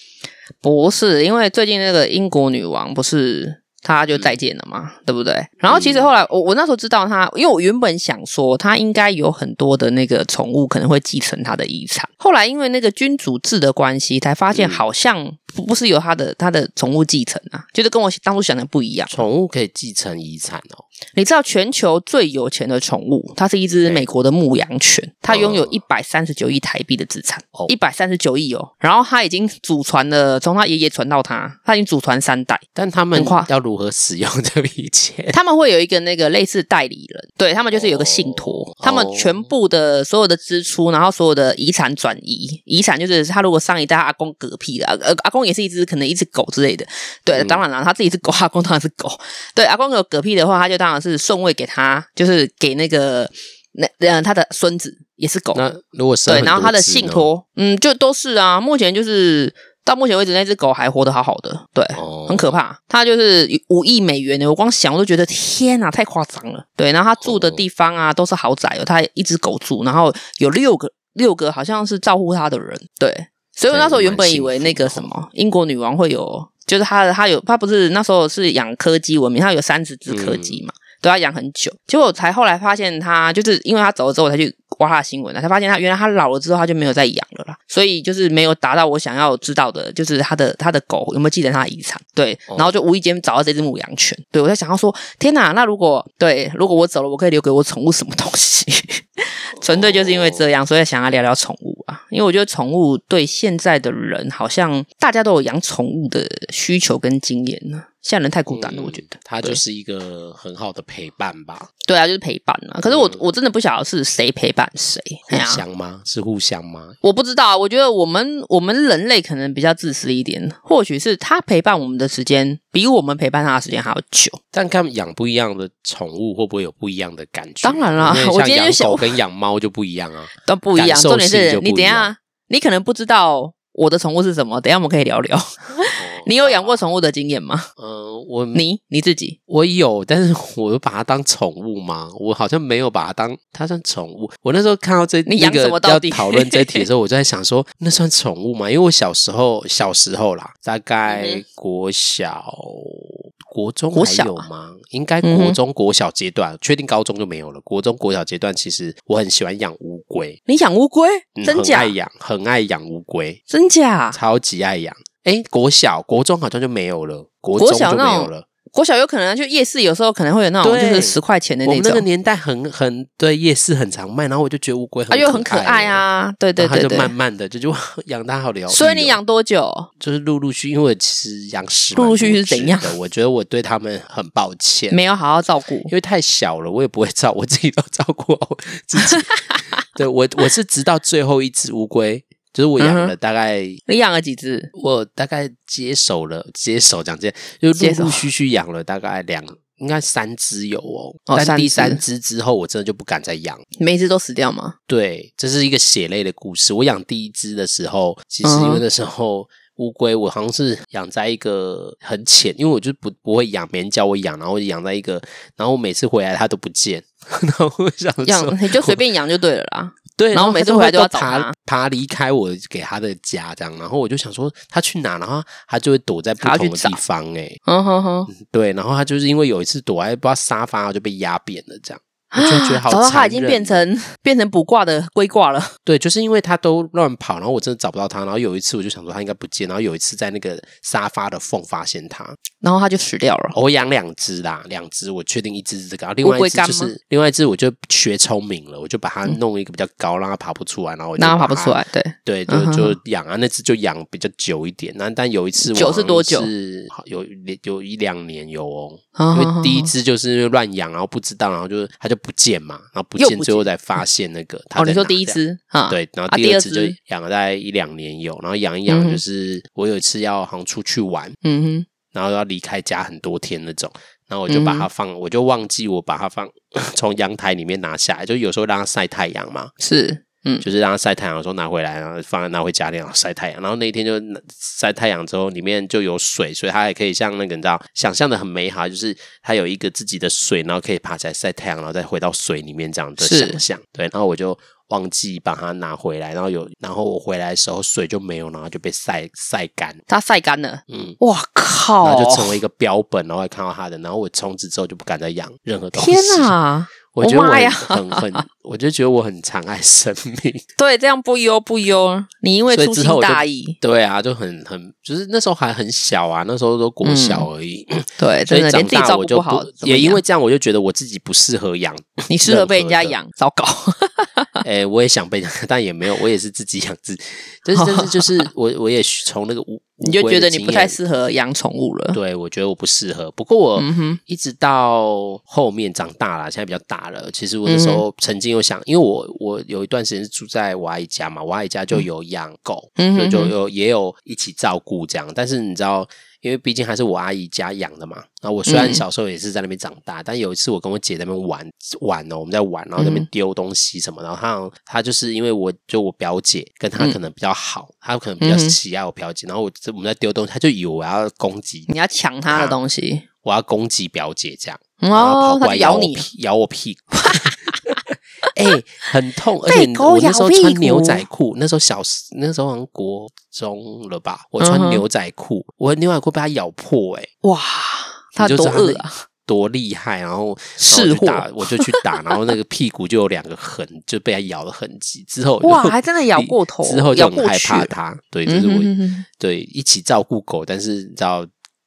[SPEAKER 2] 不是因为最近那个英国女王不是她就再见了嘛，对不对？然后其实后来我我那时候知道她，因为我原本想说她应该有很多的那个宠物可能会继承她的遗产，后来因为那个君主制的关系，才发现
[SPEAKER 1] 嗯
[SPEAKER 2] 好像不不是由她的她的宠物继承啊，就是跟我当初想的不一样。
[SPEAKER 1] 宠物可以继承遗产哦。
[SPEAKER 2] 你知道全球最有钱的宠物，它是一只
[SPEAKER 1] 对
[SPEAKER 2] 美国的牧羊犬，它拥有
[SPEAKER 1] 哦
[SPEAKER 2] 一百三十九亿台币的资产
[SPEAKER 1] 哦，
[SPEAKER 2] 一百三十九亿哦。然后它已经祖传了，从他爷爷传到他，它已经祖传三代。
[SPEAKER 1] 但他们
[SPEAKER 2] 很快
[SPEAKER 1] 要如何使用这笔钱？
[SPEAKER 2] 他们会有一个那个类似代理人，对他们就是有个信托，
[SPEAKER 1] 哦
[SPEAKER 2] 他们全部的所有的支出，然后所有的遗产转移，遗产就是他如果上一代他阿公嗝屁了，阿呃阿公也是一只可能一只狗之类的，对，
[SPEAKER 1] 嗯
[SPEAKER 2] 当然了，他自己是狗，阿公当然是狗， 对，阿公有嗝屁的话，他就当然是顺位给他，就是给那个那呃他的孙子也是狗，
[SPEAKER 1] 那如果生
[SPEAKER 2] 对，
[SPEAKER 1] 很
[SPEAKER 2] 然后
[SPEAKER 1] 多
[SPEAKER 2] 他的
[SPEAKER 1] 只
[SPEAKER 2] 信
[SPEAKER 1] 呢
[SPEAKER 2] 托，嗯，就都是啊，目前就是。到目前为止，那只狗还活得好好的，对，
[SPEAKER 1] 哦
[SPEAKER 2] 很可怕。它就是五亿美元呢，我光想我都觉得天哪，太夸张了。对，然后它住的地方啊、都是豪宅，有它一只狗住，然后有六个六个好像是照顾它的人，对。所以我那时候原本以为那个什么英国女王会有，就是她的她有她不是那时候是养柯基闻名，她有三十只柯基嘛，都要养很久。结果我才后来发现她就是因为她走了之后，我才去挖她的新闻了，才发现她原来她老了之后她就没有再养了啦，所以就是没有达到我想要知道的，就是她的她的狗有没有继承她的遗产？对，
[SPEAKER 1] 哦
[SPEAKER 2] 然后就无意间找到这只牧羊犬，对我在想要说，天哪，那如果对如果我走了，我可以留给我宠物什么东西？ 纯粹就是因为这样，所以想要聊聊宠物啊。因为我觉得宠物对现在的人，好像大家都有养宠物的需求跟经验呢。现在人太孤单
[SPEAKER 1] 嗯
[SPEAKER 2] 了，我觉得。
[SPEAKER 1] 它就
[SPEAKER 2] 对
[SPEAKER 1] 是一个很好的陪伴吧？
[SPEAKER 2] 对啊，就是陪伴啊。可是我、
[SPEAKER 1] 嗯
[SPEAKER 2] 我真的不晓得是谁陪伴谁。
[SPEAKER 1] 互
[SPEAKER 2] 哎呀、
[SPEAKER 1] 相吗？是互相吗？
[SPEAKER 2] 我不知道啊，我觉得我们我们人类可能比较自私一点，或许是他陪伴我们的时间比我们陪伴他的时间还要久。
[SPEAKER 1] 但看养不一样的宠物，会不会有不一样的感觉？
[SPEAKER 2] 当然啦
[SPEAKER 1] 因为
[SPEAKER 2] 我
[SPEAKER 1] 像
[SPEAKER 2] 今天
[SPEAKER 1] 养
[SPEAKER 2] 就想
[SPEAKER 1] 狗跟养猫就不一样啊。
[SPEAKER 2] 都不一
[SPEAKER 1] 感
[SPEAKER 2] 样。
[SPEAKER 1] 受
[SPEAKER 2] 重点
[SPEAKER 1] 性
[SPEAKER 2] 是
[SPEAKER 1] 就
[SPEAKER 2] 你
[SPEAKER 1] 不
[SPEAKER 2] 等
[SPEAKER 1] 一
[SPEAKER 2] 一
[SPEAKER 1] 样
[SPEAKER 2] 下，你可能不知道我的宠物是什么，等一下我们可以 聊聊。 你有养过宠物的经验吗？
[SPEAKER 1] 嗯、呃我
[SPEAKER 2] 你你自己
[SPEAKER 1] 我有，但是我有把它当宠物吗？我好像没有把它当它算宠物。我那时候看到这
[SPEAKER 2] 你养
[SPEAKER 1] 那个
[SPEAKER 2] 什么
[SPEAKER 1] 要
[SPEAKER 2] 到底
[SPEAKER 1] 讨论这题的时候，我就在想说，那算宠物吗？因为我小时候小时候啦，大概
[SPEAKER 2] 嗯
[SPEAKER 1] 国小。国中
[SPEAKER 2] 国
[SPEAKER 1] 还
[SPEAKER 2] 小
[SPEAKER 1] 有
[SPEAKER 2] 啊
[SPEAKER 1] 吗？应该
[SPEAKER 2] 嗯
[SPEAKER 1] 国
[SPEAKER 2] 哼
[SPEAKER 1] 中、国小阶段，确定高中就没有了。国中、国小阶段，其实我很喜欢养乌龟，
[SPEAKER 2] 你养乌龟
[SPEAKER 1] 嗯，
[SPEAKER 2] 真
[SPEAKER 1] 很爱
[SPEAKER 2] 假？
[SPEAKER 1] 养，很爱养乌龟，
[SPEAKER 2] 真假？
[SPEAKER 1] 超级爱养。哎，国小、国中好像就没有了，国
[SPEAKER 2] 国
[SPEAKER 1] 中
[SPEAKER 2] 小
[SPEAKER 1] 就没
[SPEAKER 2] 那
[SPEAKER 1] 有
[SPEAKER 2] 种
[SPEAKER 1] 了。
[SPEAKER 2] 国小有可能啊就夜市，有时候可能会有那种就
[SPEAKER 1] 对
[SPEAKER 2] 是十块钱的
[SPEAKER 1] 我
[SPEAKER 2] 那
[SPEAKER 1] 们那个
[SPEAKER 2] 种，
[SPEAKER 1] 年代很很对夜市很常卖，然后我就觉得乌龟
[SPEAKER 2] 啊，又很
[SPEAKER 1] 可
[SPEAKER 2] 可爱，啊，对对
[SPEAKER 1] 然后它
[SPEAKER 2] 对
[SPEAKER 1] 就
[SPEAKER 2] 对。
[SPEAKER 1] 慢慢的就就养它好疗愈哦。
[SPEAKER 2] 所以你养多久？
[SPEAKER 1] 就是陆陆续，因为我其实养十
[SPEAKER 2] 陆陆续续
[SPEAKER 1] 蛮多
[SPEAKER 2] 是怎
[SPEAKER 1] 只
[SPEAKER 2] 样
[SPEAKER 1] 的？我觉得我对他们很抱歉，
[SPEAKER 2] 没有好好照顾
[SPEAKER 1] 因，为太小了，我也不会照，我自己都照顾好我自己。 对我，我是直到最后一只乌龟，就是我养
[SPEAKER 2] 嗯
[SPEAKER 1] 了大概、
[SPEAKER 2] 你养了几只？
[SPEAKER 1] 我大概接手了，接手讲接，就
[SPEAKER 2] 接
[SPEAKER 1] 陆
[SPEAKER 2] 手
[SPEAKER 1] 陆续续养了大概两。应该三只有哦，
[SPEAKER 2] 哦
[SPEAKER 1] 但第
[SPEAKER 2] 三
[SPEAKER 1] 三只之后，我真的就不敢再养。
[SPEAKER 2] 每一只都死掉吗？
[SPEAKER 1] 对，这是一个血泪的故事。我养第一只的时候，其实因为
[SPEAKER 2] 嗯
[SPEAKER 1] 那时候乌龟，我好像是养在一个很浅，因为我就不不会养，别人教我养，然后我就养在一个，然后我每次回来它都不见， 然后我想说
[SPEAKER 2] 养， 你就随便养就对了啦。
[SPEAKER 1] 对，
[SPEAKER 2] 然后每
[SPEAKER 1] 它
[SPEAKER 2] 次
[SPEAKER 1] 就
[SPEAKER 2] 回来
[SPEAKER 1] 会
[SPEAKER 2] 都要
[SPEAKER 1] 都
[SPEAKER 2] 找它
[SPEAKER 1] 爬爬离开我给它的家这样，然后我就想说它去哪，然后它就会躲在不
[SPEAKER 2] 它要去
[SPEAKER 1] 同的地
[SPEAKER 2] 找
[SPEAKER 1] 方、欸，
[SPEAKER 2] 嗯哼哼，
[SPEAKER 1] 对，然后它就是因为有一次躲在不知道沙发就被压扁了这样。我就觉得好
[SPEAKER 2] 啊找到它
[SPEAKER 1] 残
[SPEAKER 2] 已经
[SPEAKER 1] 忍
[SPEAKER 2] 变成变成卜卦的龟卦了。
[SPEAKER 1] 对，就是因为他都乱跑，然后我真的找不到他。然后有一次我就想说他应该不见，然后有一次在那个沙发的缝发现他。
[SPEAKER 2] 然后它就死掉了。
[SPEAKER 1] 我养两只啦，两只我确定一只是这个，然后啊另外一
[SPEAKER 2] 乌龟
[SPEAKER 1] 只
[SPEAKER 2] 干
[SPEAKER 1] 就
[SPEAKER 2] 吗嗯
[SPEAKER 1] 是另外一只我就学聪明了，我就把它弄一个比较高，让它爬不出来，然后我就
[SPEAKER 2] 然后爬
[SPEAKER 1] 把
[SPEAKER 2] 不出。来，对，
[SPEAKER 1] 对，
[SPEAKER 2] 嗯哼
[SPEAKER 1] 就就养啊，那只就养比较久一点。那但有一次我
[SPEAKER 2] 久
[SPEAKER 1] 好
[SPEAKER 2] 是
[SPEAKER 1] 像
[SPEAKER 2] 多久嗯
[SPEAKER 1] 是好有有一两年有哦，
[SPEAKER 2] 因
[SPEAKER 1] 因为第一只就是因为乱养，然后不知道，然后就它就不见嘛，然后不
[SPEAKER 2] 又
[SPEAKER 1] 见
[SPEAKER 2] 不嗯
[SPEAKER 1] 最后才发现那个。它
[SPEAKER 2] 哦，你
[SPEAKER 1] 在
[SPEAKER 2] 说
[SPEAKER 1] 哪
[SPEAKER 2] 第一
[SPEAKER 1] 这样
[SPEAKER 2] 只啊，，
[SPEAKER 1] 对，然
[SPEAKER 2] 啊
[SPEAKER 1] 后第
[SPEAKER 2] 第
[SPEAKER 1] 二
[SPEAKER 2] 二
[SPEAKER 1] 只就
[SPEAKER 2] 只
[SPEAKER 1] 养了大概一两年有，然后养一
[SPEAKER 2] 嗯
[SPEAKER 1] 养
[SPEAKER 2] 哼
[SPEAKER 1] 就是我有一次要好像出去玩，
[SPEAKER 2] 嗯
[SPEAKER 1] 然后要离开家很多天那种，然后我就把它放，我就忘记我把它放 从阳台里面拿下来，就有时候让它晒太阳嘛
[SPEAKER 2] 哼，，是，嗯，
[SPEAKER 1] 就是让它晒太阳的时候拿回来，然后放在拿回家里然后晒太阳，然后那一天就拿晒太阳之后里面就有水，所以它也可以像那个你知道想象的很美好，就是它有一个自己的水，然后可以爬起来晒太阳，然后再回到水里面这样的
[SPEAKER 2] 是
[SPEAKER 1] 想象。对，然后我就忘记把它拿回来，然后有然后我回来的时候水就没有，然后就被晒晒干，
[SPEAKER 2] 它晒干了，
[SPEAKER 1] 嗯。
[SPEAKER 2] 哇靠，
[SPEAKER 1] 然后就成为一个标本，然后还看到它的，然后我从此之后就不敢再养任何东西。
[SPEAKER 2] 天哪！，Oh
[SPEAKER 1] 我觉得
[SPEAKER 2] 我
[SPEAKER 1] 我
[SPEAKER 2] 妈呀
[SPEAKER 1] 很很很，我就觉得我很常爱生命，
[SPEAKER 2] 对，这样不忧不忧，你因为
[SPEAKER 1] 所以
[SPEAKER 2] 粗
[SPEAKER 1] 之
[SPEAKER 2] 心
[SPEAKER 1] 后我就
[SPEAKER 2] 大意，
[SPEAKER 1] 对啊，就很很，就是那时候还很小啊，那时候都国小而已，
[SPEAKER 2] 对，
[SPEAKER 1] 所
[SPEAKER 2] 嗯真
[SPEAKER 1] 以
[SPEAKER 2] 的
[SPEAKER 1] 长
[SPEAKER 2] 连自己
[SPEAKER 1] 大
[SPEAKER 2] 照
[SPEAKER 1] 我
[SPEAKER 2] 顾
[SPEAKER 1] 就
[SPEAKER 2] 好，怎么
[SPEAKER 1] 也因
[SPEAKER 2] 养
[SPEAKER 1] 为这样，我就觉得我自己不适合养，
[SPEAKER 2] 你适合被 人家
[SPEAKER 1] 任何的
[SPEAKER 2] 养，糟糕，
[SPEAKER 1] 哎、我也想被养， 但也没有，我也是自己养自己，就是但是 就是我我也从那个乌，
[SPEAKER 2] 你就
[SPEAKER 1] 乌龟
[SPEAKER 2] 觉
[SPEAKER 1] 的
[SPEAKER 2] 得你
[SPEAKER 1] 经
[SPEAKER 2] 不太
[SPEAKER 1] 验
[SPEAKER 2] 适合养宠物了。
[SPEAKER 1] 对，我觉得我不适合。不过我
[SPEAKER 2] 嗯哼
[SPEAKER 1] 一直到后面长大了，现在比较大了。其实我那时
[SPEAKER 2] 嗯
[SPEAKER 1] 候曾经有想，因为我我有一段时间是住在我阿姨家嘛，我阿姨家就有养狗，
[SPEAKER 2] 嗯
[SPEAKER 1] 所以就
[SPEAKER 2] 哼
[SPEAKER 1] 有也有一起照顾这样。但是你知道。因为毕竟还是我阿姨家养的嘛，然后我虽然
[SPEAKER 2] 嗯
[SPEAKER 1] 小时候也是在那边长大，但有一次我跟我姐在那边玩玩哦，我们在玩，然后在那边
[SPEAKER 2] 嗯
[SPEAKER 1] 丢东西什么，然后她好像她就是因为我就我表姐跟她
[SPEAKER 2] 嗯
[SPEAKER 1] 可能比较好，她可能比较
[SPEAKER 2] 嗯哼
[SPEAKER 1] 喜爱我表姐，然后我我们在丢东西，她就以为我要攻击
[SPEAKER 2] 你要抢它的东西，
[SPEAKER 1] 我要攻击表姐这样，
[SPEAKER 2] 嗯
[SPEAKER 1] 然啊后跑
[SPEAKER 2] 哦，
[SPEAKER 1] 过
[SPEAKER 2] 它
[SPEAKER 1] 来
[SPEAKER 2] 就
[SPEAKER 1] 咬
[SPEAKER 2] 咬
[SPEAKER 1] 我
[SPEAKER 2] 你，
[SPEAKER 1] 屁，咬我屁股。 哎、很痛，而
[SPEAKER 2] 被
[SPEAKER 1] 且
[SPEAKER 2] 狗
[SPEAKER 1] 我那时候
[SPEAKER 2] 咬屁
[SPEAKER 1] 穿
[SPEAKER 2] 股
[SPEAKER 1] 牛仔裤，那时候小时，那时候好像国中了吧，我穿
[SPEAKER 2] 嗯哼
[SPEAKER 1] 牛仔裤，我的牛仔裤被它咬破、哎，
[SPEAKER 2] 哇，它
[SPEAKER 1] 你就
[SPEAKER 2] 多
[SPEAKER 1] 知道
[SPEAKER 2] 饿
[SPEAKER 1] 那
[SPEAKER 2] 啊！
[SPEAKER 1] 多厉害！然后
[SPEAKER 2] 是
[SPEAKER 1] 然后我就
[SPEAKER 2] 货
[SPEAKER 1] 打，我就去打，然后那个屁股就有两个痕，就被它咬的痕迹。之后我就
[SPEAKER 2] 哇， 还真的咬过头，
[SPEAKER 1] 之后就
[SPEAKER 2] 咬
[SPEAKER 1] 很
[SPEAKER 2] 过
[SPEAKER 1] 害
[SPEAKER 2] 去
[SPEAKER 1] 怕它。对，这
[SPEAKER 2] 嗯
[SPEAKER 1] 是我、
[SPEAKER 2] 哼哼哼
[SPEAKER 1] 对一起照顾狗，但是你知道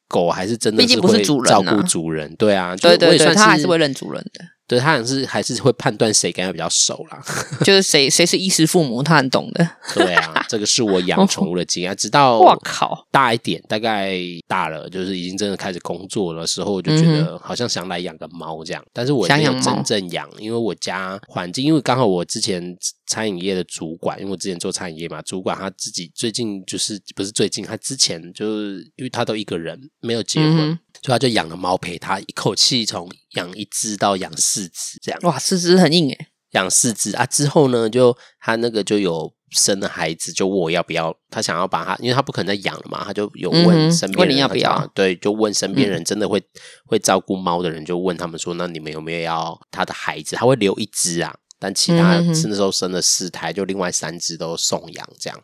[SPEAKER 1] 狗还是真的
[SPEAKER 2] 毕竟不
[SPEAKER 1] 会
[SPEAKER 2] 是主人
[SPEAKER 1] 照
[SPEAKER 2] 啊
[SPEAKER 1] 顾主人，对啊，就是
[SPEAKER 2] 对
[SPEAKER 1] 我也
[SPEAKER 2] 对对，
[SPEAKER 1] 算
[SPEAKER 2] 它还是会认主人的，
[SPEAKER 1] 对他还是还是会判断谁跟他比较熟啦。
[SPEAKER 2] 就是谁谁是衣食父母，它很懂的。
[SPEAKER 1] 对啊，这个是我养宠物的经验，直到
[SPEAKER 2] 哦哇靠，
[SPEAKER 1] 大一点，大概大了，就是已经真的开始工作的时候，我就觉得好像想来养个猫这样，但是我也没有
[SPEAKER 2] 嗯想养
[SPEAKER 1] 真
[SPEAKER 2] 猫
[SPEAKER 1] 正养，因为我家环境，因为刚好我之前餐饮业的主管，因为我之前做餐饮业嘛，主管他自己最近就是不是最近，他之前就是因为他都一个人没有结婚，
[SPEAKER 2] 嗯
[SPEAKER 1] 所以他就养了猫陪他，一口气从养一只到养四只这样。
[SPEAKER 2] 哇，四肢很硬欸诶，
[SPEAKER 1] 养四只啊，之后呢，就他那个就有生了孩子，就问我要不要，他想要把他，因为他不可能再养了嘛，他就有
[SPEAKER 2] 嗯
[SPEAKER 1] 问
[SPEAKER 2] 哼
[SPEAKER 1] 身边
[SPEAKER 2] 问
[SPEAKER 1] 人、
[SPEAKER 2] 你要不要嗯
[SPEAKER 1] 他想对，就问身边人真的会、会照顾猫的人，就问他们说，那你们有没有要他的孩子？他会留一只啊，但其他
[SPEAKER 2] 嗯哼哼
[SPEAKER 1] 是那时候生了四胎，就另外三只都送养这样。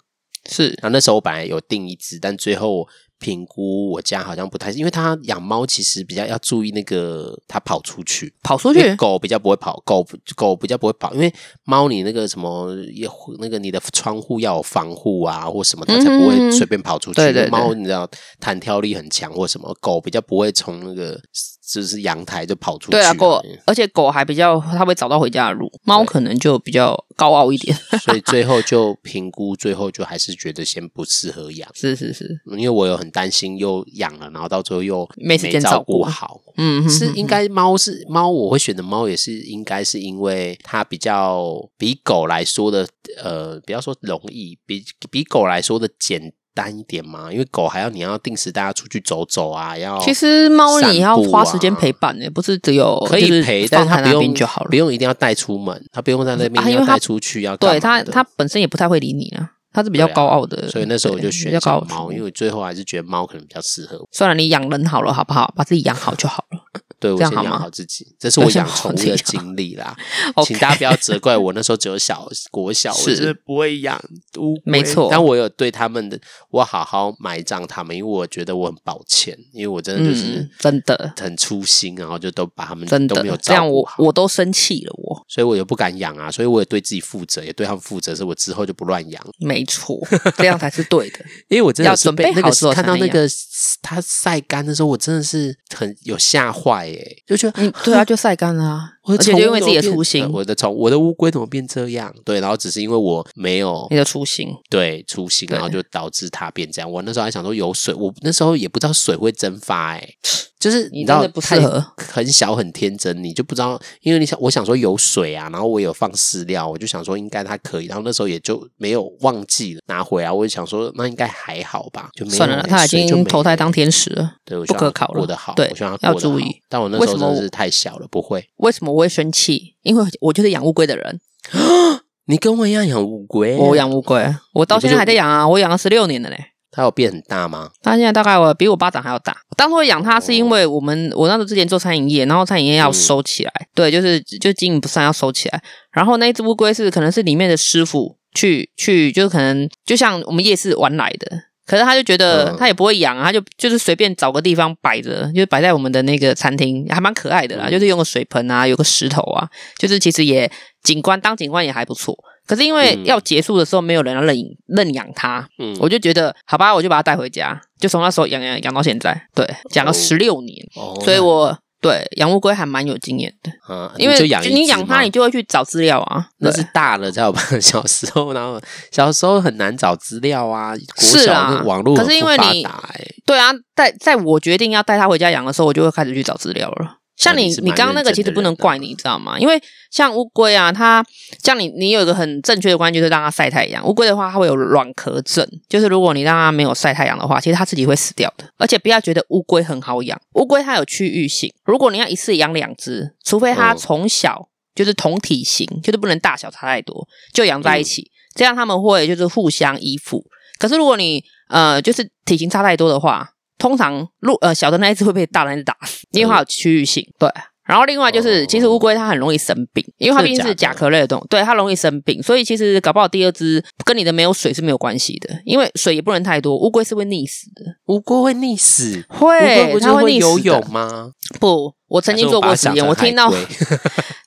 [SPEAKER 2] 是
[SPEAKER 1] 然后那时候我本来有订一只，但最后评估我家好像不太，因为他养猫其实比较要注意那个它跑出去，
[SPEAKER 2] 跑出
[SPEAKER 1] 因为
[SPEAKER 2] 去，
[SPEAKER 1] 狗比较不会跑，狗狗比较不会跑，因为猫你那个什么也那个你的窗户要有防护啊，或什么它才不
[SPEAKER 2] 嗯哼
[SPEAKER 1] 会
[SPEAKER 2] 哼
[SPEAKER 1] 随便跑出去。
[SPEAKER 2] 对对
[SPEAKER 1] 因为
[SPEAKER 2] 对
[SPEAKER 1] 猫你知道弹跳力很强或什么，狗比较不会从那个就是阳台就跑出去。
[SPEAKER 2] 对啊，狗，而且狗还比较，它会找到回家的路，猫可能就比较高傲一点。
[SPEAKER 1] 所以最后就评估，最后就还是觉得先不适合养。
[SPEAKER 2] 是是是，
[SPEAKER 1] 因为我有很担心，又养了，然后到最后又
[SPEAKER 2] 没时间
[SPEAKER 1] 照
[SPEAKER 2] 照
[SPEAKER 1] 顾
[SPEAKER 2] 顾
[SPEAKER 1] 好，
[SPEAKER 2] 嗯，
[SPEAKER 1] 是
[SPEAKER 2] 嗯
[SPEAKER 1] 应该猫是猫，我会选择猫也是应该是因为它比较比狗来说的呃，不要说容易，比比狗来说的简单一点嘛，因为狗还要你要定时带它出去走走啊，要
[SPEAKER 2] 其实猫你要
[SPEAKER 1] 散步啊
[SPEAKER 2] 花时间陪伴的、欸不是只有
[SPEAKER 1] 可以陪，
[SPEAKER 2] 就是
[SPEAKER 1] 但
[SPEAKER 2] 放
[SPEAKER 1] 是它
[SPEAKER 2] 在
[SPEAKER 1] 不
[SPEAKER 2] 那
[SPEAKER 1] 用
[SPEAKER 2] 边就好了
[SPEAKER 1] 不。用一定要带出门，它不用在那边
[SPEAKER 2] 啊
[SPEAKER 1] 一定
[SPEAKER 2] 因
[SPEAKER 1] 要
[SPEAKER 2] 为它
[SPEAKER 1] 带出去要干嘛
[SPEAKER 2] 对它，
[SPEAKER 1] 的
[SPEAKER 2] 它本身也不太会理你啊，它是比较
[SPEAKER 1] 对啊
[SPEAKER 2] 高傲的。
[SPEAKER 1] 所以那时候我就
[SPEAKER 2] 对
[SPEAKER 1] 选
[SPEAKER 2] 比较高
[SPEAKER 1] 择
[SPEAKER 2] 傲的
[SPEAKER 1] 猫，
[SPEAKER 2] 宠物
[SPEAKER 1] 因为最后还是觉得猫可能比较适合我。
[SPEAKER 2] 算了，你养人好了，好不好？把自己养好就好了。
[SPEAKER 1] 对我
[SPEAKER 2] 这
[SPEAKER 1] 先
[SPEAKER 2] 样好
[SPEAKER 1] 养
[SPEAKER 2] 吗
[SPEAKER 1] 好自己，这是我
[SPEAKER 2] 对
[SPEAKER 1] 养
[SPEAKER 2] 先
[SPEAKER 1] 宠物
[SPEAKER 2] 好自己
[SPEAKER 1] 的
[SPEAKER 2] 养
[SPEAKER 1] 经历啦。
[SPEAKER 2] OK
[SPEAKER 1] 请大家不要责怪我，那时候只有小国小，我
[SPEAKER 2] 是
[SPEAKER 1] 就是不会养乌龟，
[SPEAKER 2] 没错
[SPEAKER 1] 但我有对他们的，我好好埋葬他们，因为我觉得我很抱歉，因为我真的就是
[SPEAKER 2] 嗯，真的
[SPEAKER 1] 很粗心，然后就都把他们
[SPEAKER 2] 真
[SPEAKER 1] 都没有
[SPEAKER 2] 的，这样
[SPEAKER 1] 照顾
[SPEAKER 2] 我
[SPEAKER 1] 好，
[SPEAKER 2] 我都生气了，我
[SPEAKER 1] 所以我也不敢养啊，所以我也对自己负责，也对他们负责，所以我之后就不乱养。
[SPEAKER 2] 没错，这样才是对的。
[SPEAKER 1] 因为我真的
[SPEAKER 2] 要
[SPEAKER 1] 是
[SPEAKER 2] 准
[SPEAKER 1] 被
[SPEAKER 2] 备
[SPEAKER 1] 那
[SPEAKER 2] 好
[SPEAKER 1] 个
[SPEAKER 2] 之后
[SPEAKER 1] 看
[SPEAKER 2] 才
[SPEAKER 1] 到
[SPEAKER 2] 能
[SPEAKER 1] 那个它晒干的时候，我真的是很有吓坏诶，就觉得
[SPEAKER 2] 嗯，对啊，就晒干了啊，
[SPEAKER 1] 我
[SPEAKER 2] 而
[SPEAKER 1] 的
[SPEAKER 2] 且
[SPEAKER 1] 宠
[SPEAKER 2] 就因
[SPEAKER 1] 物
[SPEAKER 2] 为
[SPEAKER 1] 怎
[SPEAKER 2] 自己
[SPEAKER 1] 么
[SPEAKER 2] 的
[SPEAKER 1] 变
[SPEAKER 2] 初
[SPEAKER 1] 呃
[SPEAKER 2] 心，
[SPEAKER 1] 我的宠我的乌龟怎么变这样？对，然后只是因为我没有
[SPEAKER 2] 你的初心，
[SPEAKER 1] 对粗心，然后就导致它变这样。我那时候还想说有水，我那时候也不知道水会蒸发、欸，就是
[SPEAKER 2] 你
[SPEAKER 1] 你知道
[SPEAKER 2] 真的不适合
[SPEAKER 1] 太很小很天真，你就不知道，因为你想我想说有水啊，然后我有放饲料，我就想说应该它可以，然后那时候也就没有忘记了拿回来，我就想说那应该还好吧，就没有
[SPEAKER 2] 算了啦，
[SPEAKER 1] 欸
[SPEAKER 2] 他已
[SPEAKER 1] 水就
[SPEAKER 2] 经
[SPEAKER 1] 没
[SPEAKER 2] 投胎
[SPEAKER 1] 了
[SPEAKER 2] 当天使了。
[SPEAKER 1] 对，我
[SPEAKER 2] 不
[SPEAKER 1] 希望
[SPEAKER 2] 可
[SPEAKER 1] 它
[SPEAKER 2] 考
[SPEAKER 1] 过
[SPEAKER 2] 了
[SPEAKER 1] 得好，
[SPEAKER 2] 对
[SPEAKER 1] 我希望它
[SPEAKER 2] 要
[SPEAKER 1] 过得
[SPEAKER 2] 注
[SPEAKER 1] 好
[SPEAKER 2] 意
[SPEAKER 1] 但我那
[SPEAKER 2] 为
[SPEAKER 1] 时候
[SPEAKER 2] 什么
[SPEAKER 1] 真的
[SPEAKER 2] 我
[SPEAKER 1] 是太小了，不会。
[SPEAKER 2] 为什么我会生气？因为我就是养乌龟的人，
[SPEAKER 1] 你跟我一样养乌龟、
[SPEAKER 2] 我，养乌龟，啊我到
[SPEAKER 1] 你不
[SPEAKER 2] 现
[SPEAKER 1] 就
[SPEAKER 2] 在还在养啊，我养了十六年了嘞。
[SPEAKER 1] 它有变很大吗？
[SPEAKER 2] 它现在大概我比我巴掌还要大。当初会养它是因
[SPEAKER 1] 哦
[SPEAKER 2] 为我们我那时候之前做餐饮业，然后餐饮业
[SPEAKER 1] 嗯
[SPEAKER 2] 要收起来，对，就是就经营不善要收起来。然后那一只乌龟是可能是里面的师傅去去，就是可能就像我们夜市玩来的。可是他就觉得
[SPEAKER 1] 嗯
[SPEAKER 2] 他也不会养啊，他就就是随便找个地方摆着，就是摆在我们的那个餐厅，还蛮可爱的啦。
[SPEAKER 1] 嗯
[SPEAKER 2] 就是用个水盆啊，有个石头啊，就是其实也景观当景观也还不错。可是因为
[SPEAKER 1] 嗯
[SPEAKER 2] 要结束的时候没有人要认认养它，
[SPEAKER 1] 嗯，
[SPEAKER 2] 我就觉得好吧，我就把它带回家，就从那时候养养养到现在，对，养了
[SPEAKER 1] 哦
[SPEAKER 2] 十六年，
[SPEAKER 1] 哦
[SPEAKER 2] 所以我对养乌龟还蛮有经验的，
[SPEAKER 1] 那啊，
[SPEAKER 2] 因为
[SPEAKER 1] 你就养一只
[SPEAKER 2] 你养它，
[SPEAKER 1] 吗
[SPEAKER 2] 你就会去找资料啊，
[SPEAKER 1] 那
[SPEAKER 2] 对
[SPEAKER 1] 是大了才有办法。小时候，然后小时候很难找资料啊，国
[SPEAKER 2] 是
[SPEAKER 1] 小
[SPEAKER 2] 啊
[SPEAKER 1] 那网络
[SPEAKER 2] 可
[SPEAKER 1] 很
[SPEAKER 2] 是因
[SPEAKER 1] 不
[SPEAKER 2] 为
[SPEAKER 1] 发
[SPEAKER 2] 你
[SPEAKER 1] 达欸
[SPEAKER 2] 对啊，在在我决定要带它回家养的时候，我就会开始去找资料了。像
[SPEAKER 1] 那
[SPEAKER 2] 你
[SPEAKER 1] 你是，蛮
[SPEAKER 2] 你刚刚那个
[SPEAKER 1] 认真的
[SPEAKER 2] 其实不
[SPEAKER 1] 人
[SPEAKER 2] 能
[SPEAKER 1] 啊
[SPEAKER 2] 怪你，知道吗？因为像乌龟啊，它像你，你有一个很正确的观念，就是让它晒太阳。乌龟的话，它会有卵壳症，就是如果你让它没有晒太阳的话，其实它自己会死掉的。而且不要觉得乌龟很好养，乌龟它有区域性，如果你要一次养两只，除非它
[SPEAKER 1] 嗯
[SPEAKER 2] 从小就是同体型，就是不能大小差太多，就养
[SPEAKER 1] 嗯
[SPEAKER 2] 在一起，这样它们会就是互相依附。可是如果你呃就是体型差太多的话，通常路呃小的那一只会被大的那一只打死，因为它有区域性。对，然后另外就是，
[SPEAKER 1] 哦
[SPEAKER 2] 其实乌龟它很容易生病，因为它毕竟
[SPEAKER 1] 真的
[SPEAKER 2] 是
[SPEAKER 1] 假
[SPEAKER 2] 甲
[SPEAKER 1] 的
[SPEAKER 2] 壳类的动物，对它容易生病，所以其实搞不好第二只跟你的没有水是没有关系的，因为水也不能太多，乌龟是会溺死的，
[SPEAKER 1] 乌龟会溺死，乌龟
[SPEAKER 2] 会
[SPEAKER 1] 不
[SPEAKER 2] 它
[SPEAKER 1] 就
[SPEAKER 2] 会
[SPEAKER 1] 会
[SPEAKER 2] 溺
[SPEAKER 1] 游
[SPEAKER 2] 死的
[SPEAKER 1] 泳吗？
[SPEAKER 2] 不，我曾
[SPEAKER 1] 还
[SPEAKER 2] 经
[SPEAKER 1] 是
[SPEAKER 2] 做
[SPEAKER 1] 把
[SPEAKER 2] 过
[SPEAKER 1] 它
[SPEAKER 2] 实
[SPEAKER 1] 想
[SPEAKER 2] 验，
[SPEAKER 1] 成
[SPEAKER 2] 我
[SPEAKER 1] 海
[SPEAKER 2] 听到
[SPEAKER 1] 龟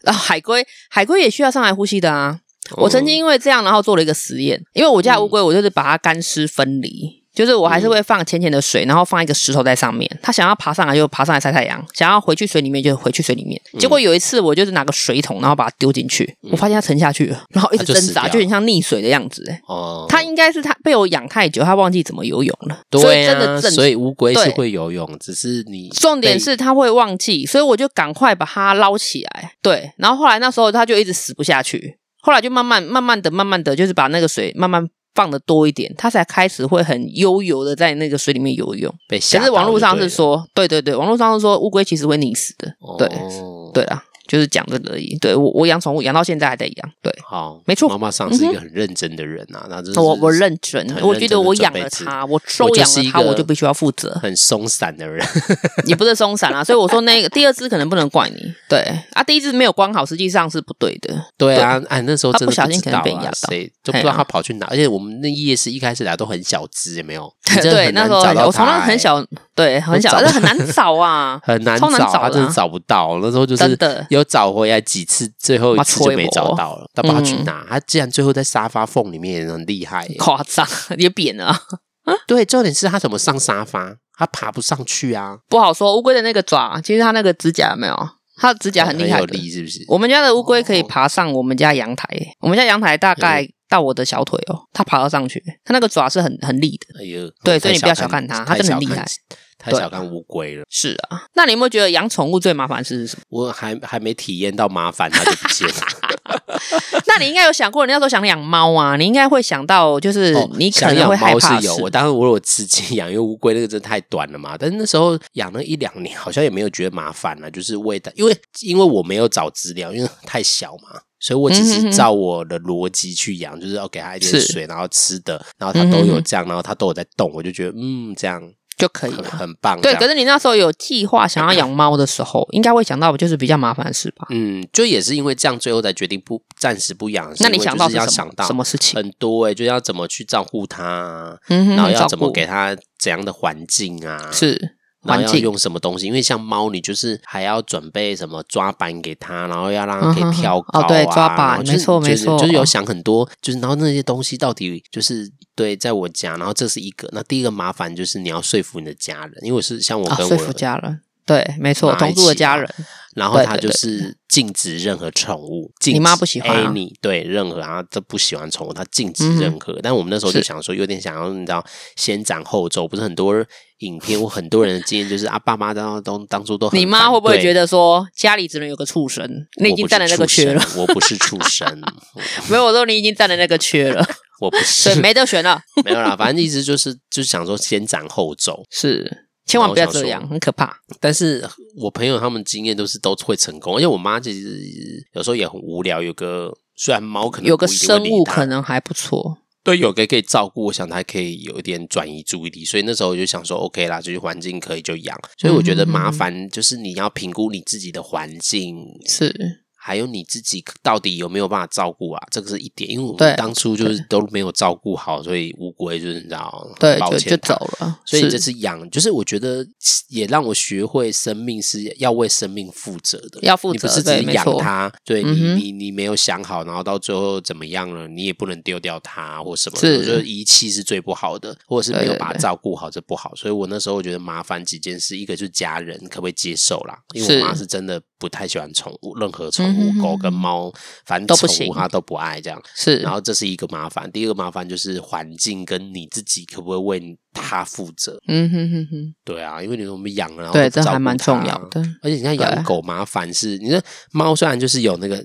[SPEAKER 2] 啊海龟，海龟也需要上来呼吸的啊。 我曾
[SPEAKER 1] 哦
[SPEAKER 2] 经因为这样，然后做了一个实验，因为
[SPEAKER 1] 嗯
[SPEAKER 2] 我家的乌龟，我就是把它干湿分离，就是我还是会放浅浅的水，然后放一个石头在上面，它想要爬上来就爬上来晒太阳，想要回去水里面就回去水里面。
[SPEAKER 1] 嗯
[SPEAKER 2] 结果有一次，我就是拿个水桶，然后把它丢进去，我发现它沉下去了，然后一直
[SPEAKER 1] 它就死
[SPEAKER 2] 挣扎，
[SPEAKER 1] 掉
[SPEAKER 2] 就很像溺水的样子、欸。
[SPEAKER 1] 哦，
[SPEAKER 2] 它应该是它被我养太久，它忘记怎么游泳了，所以
[SPEAKER 1] 对
[SPEAKER 2] 真的
[SPEAKER 1] 啊，
[SPEAKER 2] 正
[SPEAKER 1] 所以乌龟是
[SPEAKER 2] 对
[SPEAKER 1] 会游泳，只是你
[SPEAKER 2] 重点
[SPEAKER 1] 被
[SPEAKER 2] 是他会忘记，所以我就赶快把它捞起来。对，然后后来那时候他就一直死不下去，后来就慢慢慢慢的、慢慢的，就是把那个水慢慢放的多一点，他才开始会很悠游的在那个水里面游泳。
[SPEAKER 1] 被吓到
[SPEAKER 2] 可是
[SPEAKER 1] 就对了，
[SPEAKER 2] 网络上是说，对对对，网络上是说乌龟其实会溺死的。对
[SPEAKER 1] 哦
[SPEAKER 2] 对啦，就是讲这个而已。对我，我养宠物养到现在还在养，对
[SPEAKER 1] 好，
[SPEAKER 2] 没错嗯
[SPEAKER 1] 妈妈上是一个很认真的人啊，那真是
[SPEAKER 2] 我我认真
[SPEAKER 1] 很，
[SPEAKER 2] 我觉得我
[SPEAKER 1] 认真地准备
[SPEAKER 2] 养了
[SPEAKER 1] 自己
[SPEAKER 2] 它，我收
[SPEAKER 1] 就
[SPEAKER 2] 养
[SPEAKER 1] 是
[SPEAKER 2] 了
[SPEAKER 1] 一
[SPEAKER 2] 它，
[SPEAKER 1] 个
[SPEAKER 2] 我就必须要负责。
[SPEAKER 1] 很松散的人，
[SPEAKER 2] 也不是松散啊，所以我说那个第二只可能不能怪你，对啊，第一只没有关好，实际上是不对 的，
[SPEAKER 1] 对啊，哎，那时候
[SPEAKER 2] 他
[SPEAKER 1] 真的
[SPEAKER 2] 不小心
[SPEAKER 1] 知
[SPEAKER 2] 可能
[SPEAKER 1] 道
[SPEAKER 2] 被
[SPEAKER 1] 啊
[SPEAKER 2] 压到
[SPEAKER 1] 谁就不知
[SPEAKER 2] 嘿
[SPEAKER 1] 道
[SPEAKER 2] 啊
[SPEAKER 1] 他跑去哪，而且我们那夜市一开始来都很小只，有没 有？你真的
[SPEAKER 2] 对，
[SPEAKER 1] 很
[SPEAKER 2] 那
[SPEAKER 1] 难
[SPEAKER 2] 时候
[SPEAKER 1] 找
[SPEAKER 2] 很
[SPEAKER 1] 到
[SPEAKER 2] 小我从
[SPEAKER 1] 他
[SPEAKER 2] 那很
[SPEAKER 1] 欸
[SPEAKER 2] 小，对，很小，
[SPEAKER 1] 找，
[SPEAKER 2] 但很难找啊
[SPEAKER 1] 很难
[SPEAKER 2] 超难
[SPEAKER 1] 找，他
[SPEAKER 2] 找的
[SPEAKER 1] 真的
[SPEAKER 2] 啊
[SPEAKER 1] 找不到。那时候就是
[SPEAKER 2] 真的
[SPEAKER 1] 有找回来几次，最后一次就没找到了，他不知道去
[SPEAKER 2] 嗯
[SPEAKER 1] 哪。他竟然最后在沙发缝里面，很厉害耶。
[SPEAKER 2] 夸张，也扁了啊、
[SPEAKER 1] 对，重点是他怎么上沙发？他爬不上去啊，
[SPEAKER 2] 不好说。乌龟的那个爪，其实它那个指甲有没有，它的指啊甲很厉害
[SPEAKER 1] 有
[SPEAKER 2] 的。
[SPEAKER 1] 力是不是？
[SPEAKER 2] 我们家的乌龟可以爬上我们家阳台，我们家阳台大概到我的小腿哦，它爬得上去，它那个爪是很很利的。
[SPEAKER 1] 哎呦，
[SPEAKER 2] 对
[SPEAKER 1] 我
[SPEAKER 2] 所
[SPEAKER 1] 太
[SPEAKER 2] 以你不要
[SPEAKER 1] 小
[SPEAKER 2] 小看他
[SPEAKER 1] 太
[SPEAKER 2] 他真的
[SPEAKER 1] 小
[SPEAKER 2] 很厉
[SPEAKER 1] 看
[SPEAKER 2] 害，
[SPEAKER 1] 太
[SPEAKER 2] 对
[SPEAKER 1] 小看乌龟了。
[SPEAKER 2] 是啊，那你有没有觉得养宠物最麻烦的事是什么？
[SPEAKER 1] 我还还没体验到麻烦，他就不见了。
[SPEAKER 2] 那你应该有想过，你那时候想养猫啊，你应该会想到，就是
[SPEAKER 1] 哦
[SPEAKER 2] 你可
[SPEAKER 1] 想
[SPEAKER 2] 能
[SPEAKER 1] 养
[SPEAKER 2] 会害
[SPEAKER 1] 猫
[SPEAKER 2] 怕的
[SPEAKER 1] 是
[SPEAKER 2] 事
[SPEAKER 1] 有，我当然我有资金 养，因为乌龟那个真的太短了嘛。但是那时候养了一两年，好像也没有觉得麻烦了、啊就是喂它，因为因为我没有找资料，因为太小嘛。所以我只
[SPEAKER 2] 嗯哼
[SPEAKER 1] 是
[SPEAKER 2] 哼
[SPEAKER 1] 照我的逻辑去养，就是要给它一点
[SPEAKER 2] 是
[SPEAKER 1] 水，然后吃的，然后它都
[SPEAKER 2] 嗯哼
[SPEAKER 1] 有
[SPEAKER 2] 哼
[SPEAKER 1] 这样，然后它都有在动，我就觉得嗯，这样
[SPEAKER 2] 就可以
[SPEAKER 1] 很
[SPEAKER 2] 了。
[SPEAKER 1] 很棒。
[SPEAKER 2] 对，
[SPEAKER 1] 这样
[SPEAKER 2] 可是你那时候有计划想要养猫的时候，应该会想到就是比较麻烦的事吧？
[SPEAKER 1] 嗯，就也是因为这样，最后才决定不暂时不养。是
[SPEAKER 2] 那
[SPEAKER 1] 因
[SPEAKER 2] 你
[SPEAKER 1] 为
[SPEAKER 2] 想
[SPEAKER 1] 就
[SPEAKER 2] 到
[SPEAKER 1] 是
[SPEAKER 2] 是
[SPEAKER 1] 要
[SPEAKER 2] 什
[SPEAKER 1] 想
[SPEAKER 2] 么
[SPEAKER 1] 到
[SPEAKER 2] 什么事情？
[SPEAKER 1] 很多哎、就要怎么去照顾它啊、
[SPEAKER 2] 嗯哼，
[SPEAKER 1] 然后要
[SPEAKER 2] 照
[SPEAKER 1] 怎么
[SPEAKER 2] 顾
[SPEAKER 1] 给它怎样的环境啊？
[SPEAKER 2] 是
[SPEAKER 1] 然后
[SPEAKER 2] 环
[SPEAKER 1] 要
[SPEAKER 2] 境
[SPEAKER 1] 用什么东西？因为像猫，你就是还要准备什么抓板给它，然后要让它可
[SPEAKER 2] 嗯哼
[SPEAKER 1] 以
[SPEAKER 2] 哼
[SPEAKER 1] 跳
[SPEAKER 2] 哦
[SPEAKER 1] 高啊。
[SPEAKER 2] 对抓
[SPEAKER 1] 然后
[SPEAKER 2] 板
[SPEAKER 1] 就是
[SPEAKER 2] 没错
[SPEAKER 1] 就
[SPEAKER 2] 没
[SPEAKER 1] 是
[SPEAKER 2] 错
[SPEAKER 1] 就是有
[SPEAKER 2] 哦
[SPEAKER 1] 想很多，就是然后那些东西到底就是对，在我家，然后这是一个。那第一个麻烦就是你要说服你的家人，因为我是像我
[SPEAKER 2] 啊，
[SPEAKER 1] 跟
[SPEAKER 2] 说服
[SPEAKER 1] 我，
[SPEAKER 2] 家人。对，没错，
[SPEAKER 1] 拿来
[SPEAKER 2] 同住的
[SPEAKER 1] 起
[SPEAKER 2] 家
[SPEAKER 1] 啊
[SPEAKER 2] 人，
[SPEAKER 1] 然后
[SPEAKER 2] 对
[SPEAKER 1] 他
[SPEAKER 2] 对
[SPEAKER 1] 就
[SPEAKER 2] 对
[SPEAKER 1] 是禁止任何宠物，禁
[SPEAKER 2] 你妈
[SPEAKER 1] 止
[SPEAKER 2] 不喜欢啊
[SPEAKER 1] any 对任何他都不喜欢宠物，他禁止
[SPEAKER 2] 嗯哼
[SPEAKER 1] 任何。但我们那时候就是想说，有点想要你知道先斩后奏，不是很多影片或很多人的经验就是啊，爸妈当当当初都很
[SPEAKER 2] 你妈会不会
[SPEAKER 1] 反对
[SPEAKER 2] 觉得说家里只能有个畜生？你已经占了那个缺 了，
[SPEAKER 1] 我不是畜生，
[SPEAKER 2] 没有，我说你已经占了那个 缺了，
[SPEAKER 1] 我不是
[SPEAKER 2] 所
[SPEAKER 1] 畜
[SPEAKER 2] 以
[SPEAKER 1] 生，
[SPEAKER 2] 没得选了。
[SPEAKER 1] 没有啦，反正意思就是就是想说先斩后奏，
[SPEAKER 2] 是，千万不要这样，很可怕。
[SPEAKER 1] 但是我朋友他们经验都是都会成功，而且我妈其实有时候也很无聊，有个虽然猫可能
[SPEAKER 2] 有个
[SPEAKER 1] 不一定会
[SPEAKER 2] 生
[SPEAKER 1] 理
[SPEAKER 2] 物
[SPEAKER 1] 它
[SPEAKER 2] 可能还不错，
[SPEAKER 1] 对有个可以照顾，我想它可以有一点转移注意力，所以那时候我就想说 OK 啦，就是环境可以就养，所以我觉得
[SPEAKER 2] 嗯
[SPEAKER 1] 麻烦就是你要评估你自己的环境
[SPEAKER 2] 是
[SPEAKER 1] 还有你自己到底有没有办法照顾啊？这个是一点，因为我
[SPEAKER 2] 对
[SPEAKER 1] 们当初就是都没有照顾好，所以乌龟就是你知道，
[SPEAKER 2] 对，
[SPEAKER 1] 抱
[SPEAKER 2] 就
[SPEAKER 1] 歉
[SPEAKER 2] 就
[SPEAKER 1] 它
[SPEAKER 2] 走。了。
[SPEAKER 1] 所以
[SPEAKER 2] 是
[SPEAKER 1] 这次养，就是我觉得也让我学会生命是要为生命负责的，
[SPEAKER 2] 要负责
[SPEAKER 1] 你不是只
[SPEAKER 2] 对
[SPEAKER 1] 是
[SPEAKER 2] 没
[SPEAKER 1] 养
[SPEAKER 2] 错
[SPEAKER 1] 它，对
[SPEAKER 2] 嗯
[SPEAKER 1] 你
[SPEAKER 2] 哼
[SPEAKER 1] 你你没有想好，然后到最后怎么样了，你也不能丢掉它或什么的。
[SPEAKER 2] 是
[SPEAKER 1] 我觉得遗弃是最不好的，或者是没有
[SPEAKER 2] 对对
[SPEAKER 1] 把它
[SPEAKER 2] 对
[SPEAKER 1] 照顾好，这不好。所以我那时候我觉得麻烦几件事，一个就是家人可不可以接受啦，因为
[SPEAKER 2] 是
[SPEAKER 1] 我妈是真的不太喜欢宠物，任何宠
[SPEAKER 2] 嗯
[SPEAKER 1] 物，
[SPEAKER 2] 哼哼
[SPEAKER 1] 狗跟
[SPEAKER 2] 哼
[SPEAKER 1] 猫，反正
[SPEAKER 2] 都不
[SPEAKER 1] 宠
[SPEAKER 2] 行
[SPEAKER 1] 物她都不爱这样。
[SPEAKER 2] 是，
[SPEAKER 1] 然后这是一个麻烦，第二个麻烦就是环境跟你自己可不可以为它负责？
[SPEAKER 2] 嗯哼哼哼，
[SPEAKER 1] 对啊，因为你我们养了，然后
[SPEAKER 2] 对，
[SPEAKER 1] 不
[SPEAKER 2] 这
[SPEAKER 1] 照
[SPEAKER 2] 还
[SPEAKER 1] 顾
[SPEAKER 2] 蛮
[SPEAKER 1] 它啊
[SPEAKER 2] 重要。的。
[SPEAKER 1] 而且你看养
[SPEAKER 2] 对
[SPEAKER 1] 狗麻烦是，你看猫虽然就是有那个，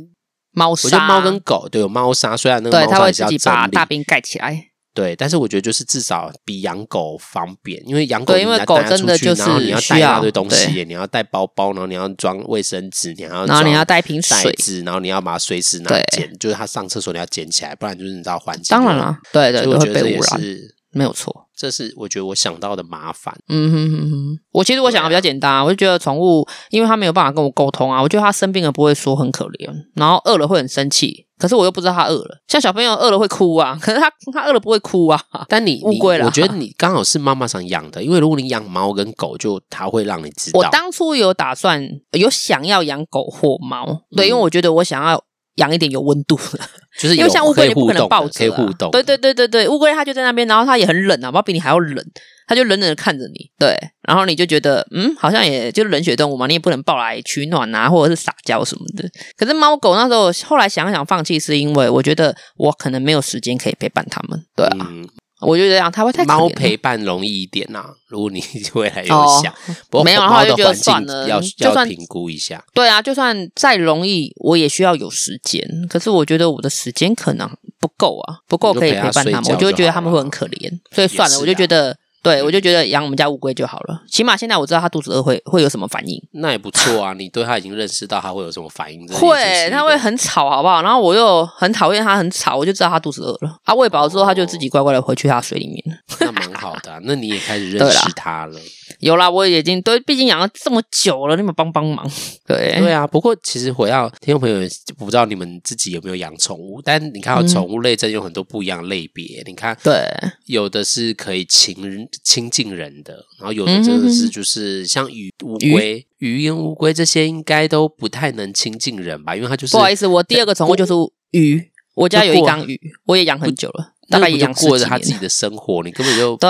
[SPEAKER 2] 猫
[SPEAKER 1] 我觉得
[SPEAKER 2] 砂，
[SPEAKER 1] 猫跟狗对有猫砂，虽然那个
[SPEAKER 2] 对，
[SPEAKER 1] 猫
[SPEAKER 2] 它
[SPEAKER 1] 砂
[SPEAKER 2] 会
[SPEAKER 1] 也是
[SPEAKER 2] 自
[SPEAKER 1] 要
[SPEAKER 2] 己
[SPEAKER 1] 整
[SPEAKER 2] 把
[SPEAKER 1] 理
[SPEAKER 2] 大便盖起来。
[SPEAKER 1] 对，但是我觉得就是至少比养狗方便，因为养狗
[SPEAKER 2] 对
[SPEAKER 1] 你
[SPEAKER 2] 因为
[SPEAKER 1] 要带
[SPEAKER 2] 狗
[SPEAKER 1] 它
[SPEAKER 2] 真
[SPEAKER 1] 出
[SPEAKER 2] 的
[SPEAKER 1] 去
[SPEAKER 2] 就
[SPEAKER 1] 然后你
[SPEAKER 2] 是
[SPEAKER 1] 要
[SPEAKER 2] 需
[SPEAKER 1] 带一大
[SPEAKER 2] 要
[SPEAKER 1] 堆东西
[SPEAKER 2] 对
[SPEAKER 1] 耶，你要带包包，然后你要装卫生纸，你还要
[SPEAKER 2] 然后你
[SPEAKER 1] 装
[SPEAKER 2] 要带瓶
[SPEAKER 1] 袋
[SPEAKER 2] 水
[SPEAKER 1] 子，然后你要把它随时拿
[SPEAKER 2] 对
[SPEAKER 1] 捡，就是它上厕所你要捡起来，不然就是你知道环境
[SPEAKER 2] 当
[SPEAKER 1] 就
[SPEAKER 2] 然
[SPEAKER 1] 很
[SPEAKER 2] 啦，对对，
[SPEAKER 1] 所以
[SPEAKER 2] 都
[SPEAKER 1] 我
[SPEAKER 2] 会
[SPEAKER 1] 觉得这
[SPEAKER 2] 被
[SPEAKER 1] 也
[SPEAKER 2] 污染，
[SPEAKER 1] 是，
[SPEAKER 2] 没有错。
[SPEAKER 1] 这是我觉得我想到的麻烦。
[SPEAKER 2] 嗯哼哼哼，我其实我想的比较简单啊，我就觉得宠物，因为它没有办法跟我沟通啊，我觉得它生病了不会说很可怜，然后饿了会很生气，可是我又不知道它饿了，像小朋友饿了会哭啊，可是它它饿了不会哭啊，
[SPEAKER 1] 但你
[SPEAKER 2] 乌
[SPEAKER 1] 你
[SPEAKER 2] 龟啦
[SPEAKER 1] 我觉得你刚好是妈妈想养的，因为如果你养猫跟狗，就它会让你知道。
[SPEAKER 2] 我当初有打算有想要养狗或猫，对，因为我觉得我想要养一点有温度的，
[SPEAKER 1] 嗯就是
[SPEAKER 2] 因
[SPEAKER 1] 有
[SPEAKER 2] 为像乌
[SPEAKER 1] 可以
[SPEAKER 2] 龟你不
[SPEAKER 1] 互
[SPEAKER 2] 可能
[SPEAKER 1] 动
[SPEAKER 2] 抱
[SPEAKER 1] 的，
[SPEAKER 2] 着、啊，
[SPEAKER 1] 可以互动。
[SPEAKER 2] 对对对对对，乌龟它就在那边，然后它也很冷啊，不知道比你还要冷，它就冷冷的看着你，对，然后你就觉得嗯，好像也就是冷血动物嘛，你也不能抱来取暖啊，或者是撒娇什么的。可是猫狗那时候后来想想放弃，是因为我觉得我可能没有时间可以陪伴它们，对啊，
[SPEAKER 1] 嗯，
[SPEAKER 2] 我就觉得这样它会太可怜了
[SPEAKER 1] 猫陪伴容易一点啦、如果你 未来有
[SPEAKER 2] 哦
[SPEAKER 1] 想，不过
[SPEAKER 2] 没有然后
[SPEAKER 1] 猫的
[SPEAKER 2] 就觉得
[SPEAKER 1] 环境
[SPEAKER 2] 算了
[SPEAKER 1] 要
[SPEAKER 2] 就
[SPEAKER 1] 要
[SPEAKER 2] 算
[SPEAKER 1] 评估一下。
[SPEAKER 2] 对啊，就算再容易，我也需要有时间。可是我觉得我的时间可能不够啊，不够可以陪伴他
[SPEAKER 1] 你就陪他睡
[SPEAKER 2] 们，
[SPEAKER 1] 觉
[SPEAKER 2] 我就会觉得他们
[SPEAKER 1] 就
[SPEAKER 2] 会
[SPEAKER 1] 好了
[SPEAKER 2] 很可怜，所以算
[SPEAKER 1] 也
[SPEAKER 2] 了，
[SPEAKER 1] 是啊
[SPEAKER 2] 我就觉得对，我就觉得养我们家乌龟就好了，起码现在我知道它肚子饿会会有什么反应。
[SPEAKER 1] 那也不错 啊。你对他已经认识到他会有什么反应，这也就是一
[SPEAKER 2] 会，
[SPEAKER 1] 个
[SPEAKER 2] 它会很吵，好不好？然后我又很讨厌它很吵，我就知道它肚子饿了。它喂饱之后，它就自己乖乖的回去它水里面。
[SPEAKER 1] 那蛮好的啊、那你也开始认
[SPEAKER 2] 对啦
[SPEAKER 1] 识他了。
[SPEAKER 2] 有啦，我也已经对，毕竟养了这么久了，你们帮帮忙。对，
[SPEAKER 1] 对啊，不过其实回到听众朋友，我不知道你们自己有没有养宠物，但你看到
[SPEAKER 2] 嗯
[SPEAKER 1] 宠物类真有很多不一样的类别。你看，
[SPEAKER 2] 对，
[SPEAKER 1] 有的是可以亲亲近人的，然后有
[SPEAKER 2] 嗯
[SPEAKER 1] 的真的是就是像鱼、乌龟、鱼跟乌龟这些，应该都不太能亲近人吧？因为它就是
[SPEAKER 2] 不好意思，我第二个宠物就是鱼，我家有一缸鱼，我也养很久了，大概也
[SPEAKER 1] 那
[SPEAKER 2] 养
[SPEAKER 1] 不
[SPEAKER 2] 十
[SPEAKER 1] 就过
[SPEAKER 2] 几
[SPEAKER 1] 着它自己
[SPEAKER 2] 年。
[SPEAKER 1] 的生活，你根本 就
[SPEAKER 2] 对，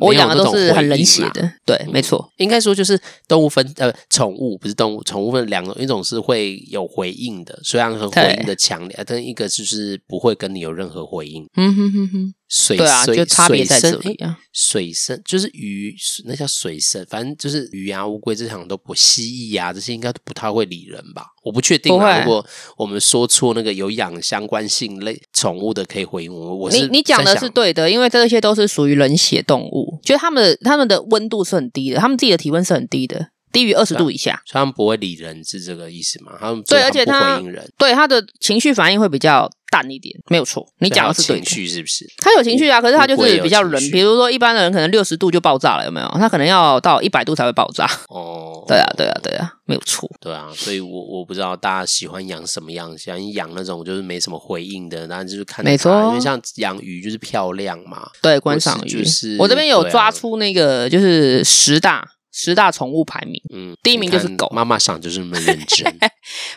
[SPEAKER 2] 我养的都是很冷血
[SPEAKER 1] 没有那
[SPEAKER 2] 的，对，没错，
[SPEAKER 1] 应该说就是动物分呃宠物不是动物，宠物分两种，一种是会有回应的，虽然很回应的强烈，但一个就是不会跟你有任何回应。
[SPEAKER 2] 嗯哼哼哼，
[SPEAKER 1] 水
[SPEAKER 2] 对啊，
[SPEAKER 1] 水
[SPEAKER 2] 就差别在
[SPEAKER 1] 水
[SPEAKER 2] 这
[SPEAKER 1] 生
[SPEAKER 2] 里啊。
[SPEAKER 1] 水生就是鱼，那叫水生，反正就是鱼啊、乌龟这场都不蜥蜴啊，这些应该都不太会理人吧？我不确定
[SPEAKER 2] 不会
[SPEAKER 1] 啊。如果我们说错那个有养相关性类宠物的，可以回应我们。我
[SPEAKER 2] 你
[SPEAKER 1] 是
[SPEAKER 2] 你讲的
[SPEAKER 1] 在
[SPEAKER 2] 是
[SPEAKER 1] 想
[SPEAKER 2] 对的，因为这些都是属于冷血动物，就是它们的它们的温度是很低的，它们自己的体温是很低的，低于二十
[SPEAKER 1] 对啊
[SPEAKER 2] 度以下。
[SPEAKER 1] 所以他们不会理人是这个意思吗？他们所
[SPEAKER 2] 对
[SPEAKER 1] 以
[SPEAKER 2] 而且
[SPEAKER 1] 他
[SPEAKER 2] 它
[SPEAKER 1] 们不回应人，
[SPEAKER 2] 对它的情绪反应会比较淡一点，没有错。你
[SPEAKER 1] 所以它
[SPEAKER 2] 讲的
[SPEAKER 1] 有
[SPEAKER 2] 是对
[SPEAKER 1] 情
[SPEAKER 2] 的，
[SPEAKER 1] 绪是不是？
[SPEAKER 2] 它有情绪啊，可是它就
[SPEAKER 1] 乌龟也
[SPEAKER 2] 是
[SPEAKER 1] 有
[SPEAKER 2] 比较
[SPEAKER 1] 情
[SPEAKER 2] 冷
[SPEAKER 1] 绪。
[SPEAKER 2] 比如说一般的人可能六十度就爆炸了，有没有？它可能要到一百度才会爆炸。
[SPEAKER 1] 哦，
[SPEAKER 2] 对啊，对啊，对啊，没有错。
[SPEAKER 1] 对啊，所以我我不知道大家喜欢养什么样，喜欢养那种就是没什么回应的，然后就是看着
[SPEAKER 2] 没错
[SPEAKER 1] 它因为像养鱼就是漂亮嘛，
[SPEAKER 2] 对，观赏鱼。
[SPEAKER 1] 就是
[SPEAKER 2] 我这边有
[SPEAKER 1] 对啊
[SPEAKER 2] 抓出那个就是十大十大宠物排名，
[SPEAKER 1] 嗯，
[SPEAKER 2] 第一名就是
[SPEAKER 1] 你看
[SPEAKER 2] 狗
[SPEAKER 1] 妈妈想就是那么认真，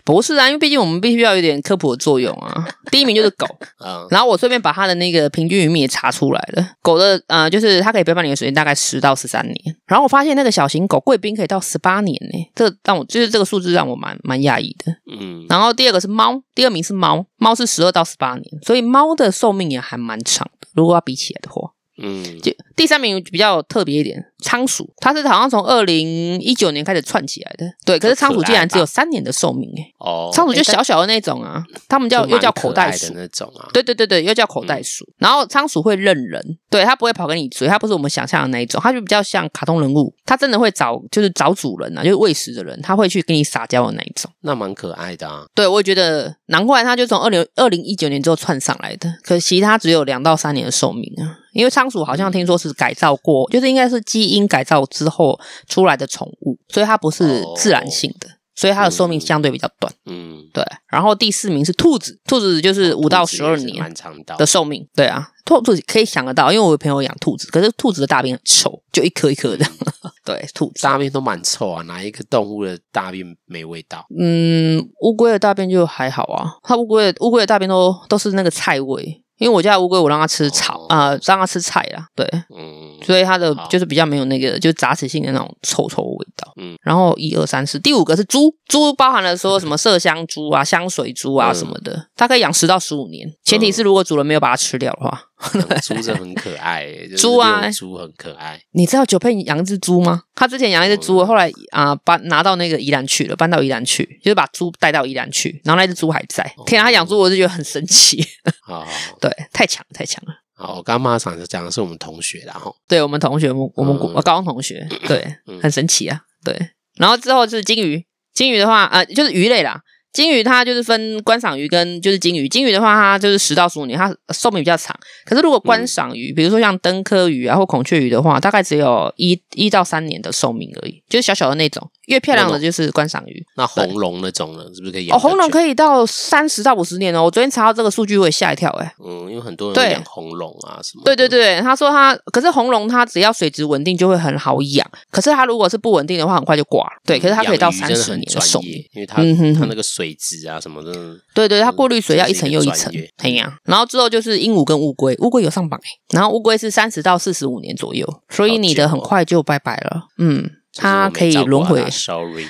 [SPEAKER 2] 不是啊，因为毕竟我们必须要有点科普的作用啊。第一名就是 狗，
[SPEAKER 1] 嗯，
[SPEAKER 2] 然后我顺便把它的那个平均余命也查出来了。狗的呃，就是它可以陪伴你的时间大概十到十三年。然后我发现那个小型狗贵宾可以到十八年呢、这让我就是这个数字让我蛮蛮讶异的。
[SPEAKER 1] 嗯，
[SPEAKER 2] 然后第二个是猫，第二名是猫，猫是十二到十八年，所以猫的寿命也还蛮长的。如果要比起来的话，
[SPEAKER 1] 嗯，
[SPEAKER 2] 就第三名比较特别一点，仓鼠，它是好像从二零一九年开始串起来的，对。可是仓鼠竟然只有三年的寿命、欸，
[SPEAKER 1] 哦，
[SPEAKER 2] 仓鼠就
[SPEAKER 1] 诶但
[SPEAKER 2] 小小的那种啊，他们叫
[SPEAKER 1] 就
[SPEAKER 2] 又
[SPEAKER 1] 蛮
[SPEAKER 2] 叫
[SPEAKER 1] 可
[SPEAKER 2] 口袋
[SPEAKER 1] 爱的
[SPEAKER 2] 鼠，
[SPEAKER 1] 那种嗯啊，
[SPEAKER 2] 对对对对，又叫口袋鼠。然后仓鼠会认人，对，它不会跑给你追，它不是我们想象的那一种，它就比较像卡通人物，它真的会找就是找主人啊，就是喂食的人，它会去跟你撒娇的那一种。
[SPEAKER 1] 那蛮可爱的啊，
[SPEAKER 2] 对，我也觉得难怪它就从二零二零一九年之后窜上来的，可惜它只有两到三年的寿命啊。因为仓鼠好像听说是改造过，就是应该是基因改造之后出来的宠物，所以它不是
[SPEAKER 1] 哦
[SPEAKER 2] 自然性的，所以它的寿命相对比较短。
[SPEAKER 1] 嗯，
[SPEAKER 2] 对，然后第四名是兔子，兔子就是五
[SPEAKER 1] 哦
[SPEAKER 2] 到
[SPEAKER 1] 兔子
[SPEAKER 2] 十二
[SPEAKER 1] 也是
[SPEAKER 2] 年
[SPEAKER 1] 蛮长到
[SPEAKER 2] 的寿命。对啊，兔子可以想得到，因为我有朋友养兔子，可是兔子的大便很臭，就一颗一颗这样。 对，兔子。
[SPEAKER 1] 大便都蛮臭啊，哪一个动物的大便没味道？
[SPEAKER 2] 嗯，乌龟的大便就还好啊，它乌龟的乌龟的大便都都是那个菜味，因为我家的乌龟我让它吃草
[SPEAKER 1] 哦
[SPEAKER 2] 啊、呃让它吃菜啦，对，
[SPEAKER 1] 嗯，
[SPEAKER 2] 所以它的
[SPEAKER 1] 好
[SPEAKER 2] 就是比较没有那个就是杂食性的那种臭臭味道。嗯
[SPEAKER 1] 嗯，
[SPEAKER 2] 然后一二三四，第五个是猪，猪包含了说什么麝香猪啊、香水猪啊
[SPEAKER 1] 嗯
[SPEAKER 2] 什么的，大概养十到十五年，前提
[SPEAKER 1] 嗯
[SPEAKER 2] 是如果主人没有把它吃掉的话。
[SPEAKER 1] 养猪真的很可爱欸，就是
[SPEAKER 2] 猪啊
[SPEAKER 1] 遛猪很可爱，
[SPEAKER 2] 你知道九佩养一只猪吗？他之前养一只猪，
[SPEAKER 1] 嗯
[SPEAKER 2] 后来啊、搬拿到那个宜兰去了，搬到宜兰去，就是把猪带到宜兰去，然后那只猪还在。天啊，他养猪我就觉得很神奇，
[SPEAKER 1] 好好好
[SPEAKER 2] 对，太强了太强了。
[SPEAKER 1] 好，我刚刚妈想讲的是我们同学啦，哈，
[SPEAKER 2] 对我们同学，我们我们国、
[SPEAKER 1] 嗯
[SPEAKER 2] 我高中同学，对，
[SPEAKER 1] 嗯
[SPEAKER 2] 很神奇啊，对。然后之后是金鱼，金鱼的话，呃，就是鱼类啦。金鱼它就是分观赏鱼跟就是金鱼，金鱼的话它就是十到十五年，它寿命比较长。可是如果观赏鱼，比如说像灯科鱼啊或孔雀鱼的话，大概只有一一到三年的寿命而已，就是小小的那种。越漂亮的就是观赏鱼
[SPEAKER 1] 那红龙那种呢，是不是可以养？
[SPEAKER 2] 哦，红龙
[SPEAKER 1] 以，
[SPEAKER 2] 可以到三十到五十年哦。我昨天查到这个数据，我也吓一跳哎、
[SPEAKER 1] 嗯，因为很多人
[SPEAKER 2] 对
[SPEAKER 1] 会养红龙啊什么的，
[SPEAKER 2] 对对对，他说他，可是红龙它只要水质稳定就会很好养，可是它如果是不稳定的话，很快就挂了。对，
[SPEAKER 1] 嗯
[SPEAKER 2] 可是它可以到
[SPEAKER 1] 养鱼
[SPEAKER 2] 三
[SPEAKER 1] 真的
[SPEAKER 2] 十
[SPEAKER 1] 很
[SPEAKER 2] 年的寿
[SPEAKER 1] 专
[SPEAKER 2] 命。
[SPEAKER 1] 业，因为它
[SPEAKER 2] 嗯哼哼
[SPEAKER 1] 它那个水质啊什么的，
[SPEAKER 2] 对对，它
[SPEAKER 1] 嗯
[SPEAKER 2] 过滤水要
[SPEAKER 1] 这
[SPEAKER 2] 一
[SPEAKER 1] 是一
[SPEAKER 2] 层
[SPEAKER 1] 个
[SPEAKER 2] 又一
[SPEAKER 1] 专
[SPEAKER 2] 层
[SPEAKER 1] 业，
[SPEAKER 2] 哎呀，然后之后就是鹦鹉跟乌龟，乌龟有上榜哎、然后乌龟是三十到四十五年左右，所以
[SPEAKER 1] 好
[SPEAKER 2] 你
[SPEAKER 1] 久
[SPEAKER 2] 的很
[SPEAKER 1] 哦
[SPEAKER 2] 快就拜拜了，嗯，
[SPEAKER 1] 就是我
[SPEAKER 2] 它
[SPEAKER 1] 没
[SPEAKER 2] 可以
[SPEAKER 1] 照顾啊
[SPEAKER 2] 轮
[SPEAKER 1] 好
[SPEAKER 2] 回
[SPEAKER 1] 它 Sorry，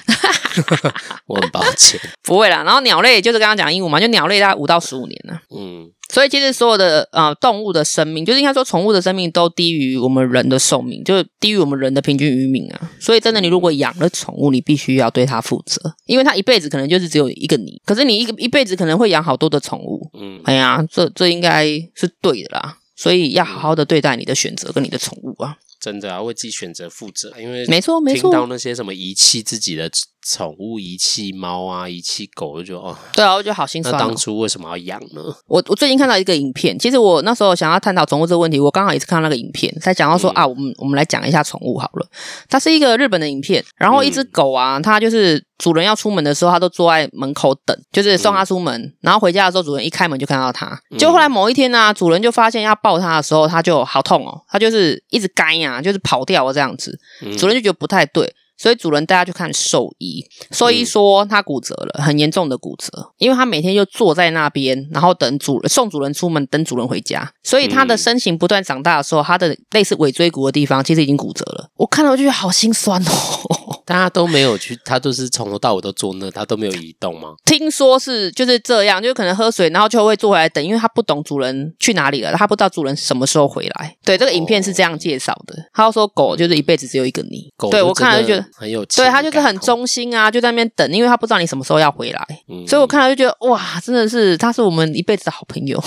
[SPEAKER 1] 我很抱歉。
[SPEAKER 2] 不会啦。然后鸟类就是刚刚讲鹦鹉嘛，就鸟类大概五到十五年呢、
[SPEAKER 1] 嗯，
[SPEAKER 2] 所以其实所有的呃动物的生命，就是应该说宠物的生命都低于我们人的寿命，就是低于我们人的平均余命啊。所以真的，你如果养了宠物，你必须要对它负责，因为它一辈子可能就是只有一个你，可是你一个一辈子可能会养好多的宠物。
[SPEAKER 1] 嗯，
[SPEAKER 2] 哎呀，这这应该是对的啦。所以要好好的对待你的选择跟你的宠物啊。
[SPEAKER 1] 真的啊，为自己选择负责，因为
[SPEAKER 2] 没错没错
[SPEAKER 1] 听到那些什么遗弃自己的宠物、遗弃猫啊、遗弃狗，就觉得哦，
[SPEAKER 2] 对啊，我觉得好心
[SPEAKER 1] 那
[SPEAKER 2] 酸、哦
[SPEAKER 1] 当。初为什么要养呢？
[SPEAKER 2] 我我最近看到一个影片，其实我那时候想要探讨宠物这个问题，我刚好也是看到那个影片，才讲到说、啊，我们我们来讲一下宠物好了。它是一个日本的影片，然后一只狗啊，它就是主人要出门的时候，它都坐在门口等，就是送它出门，然后回家的时候，主人一开门就看到它。结果后来某一天呢、主人就发现要抱它的时候，它就好痛哦，它就是一直干呀、就是跑掉了这样子。
[SPEAKER 1] 嗯
[SPEAKER 2] 主人就觉得不太对，所以主人带他去看兽医。兽医
[SPEAKER 1] 嗯
[SPEAKER 2] 说他骨折了，很严重的骨折，因为他每天就坐在那边，然后等主人送主人出门，等主人回家，所以他的
[SPEAKER 1] 嗯
[SPEAKER 2] 身形不断长大的时候，他的类似尾椎骨的地方其实已经骨折了。我看了我就觉得好心酸哦。
[SPEAKER 1] 大家都没有去，他都是从头到尾都坐那，他都没有移动吗？
[SPEAKER 2] 听说是就是这样，就可能喝水，然后就会坐回来等，因为他不懂主人去哪里了，他不知道主人什么时候回来。对，这个影片是这样介绍的。他说狗就是一辈子只有一个你，
[SPEAKER 1] 哦狗
[SPEAKER 2] 对
[SPEAKER 1] 就
[SPEAKER 2] 我
[SPEAKER 1] 真
[SPEAKER 2] 看了
[SPEAKER 1] 的
[SPEAKER 2] 就觉得
[SPEAKER 1] 很有情
[SPEAKER 2] 对
[SPEAKER 1] 感哦，
[SPEAKER 2] 他就是很忠心啊，就在那边等，因为他不知道你什么时候要回来，
[SPEAKER 1] 嗯，
[SPEAKER 2] 所以我看到就觉得哇，真的是他是我们一辈子的好 朋友，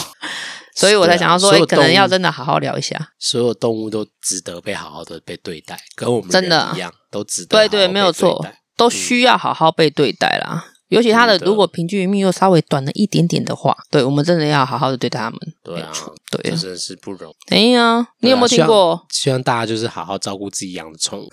[SPEAKER 2] 所以我才想要说，
[SPEAKER 1] 对啊所
[SPEAKER 2] 诶
[SPEAKER 1] 有
[SPEAKER 2] 可
[SPEAKER 1] 动物
[SPEAKER 2] 能要真的好好聊一下。
[SPEAKER 1] 所有动物都值得被好好的被对待，跟我们
[SPEAKER 2] 真的
[SPEAKER 1] 人
[SPEAKER 2] 啊
[SPEAKER 1] 一样，都值得
[SPEAKER 2] 对
[SPEAKER 1] 好
[SPEAKER 2] 对，
[SPEAKER 1] 好被
[SPEAKER 2] 没有
[SPEAKER 1] 对
[SPEAKER 2] 错
[SPEAKER 1] 待，
[SPEAKER 2] 都需要好好被对待啦。尤其他的
[SPEAKER 1] 嗯真的
[SPEAKER 2] 如果平均寿命又稍微短了一点点的话，对我们真的要好好的对待他们。
[SPEAKER 1] 对啊
[SPEAKER 2] 没错，
[SPEAKER 1] 这
[SPEAKER 2] 对啊，
[SPEAKER 1] 真的是不容易。
[SPEAKER 2] 哎呀，你有没有听过？
[SPEAKER 1] 希望大家就是好好照顾自己养的 宠物。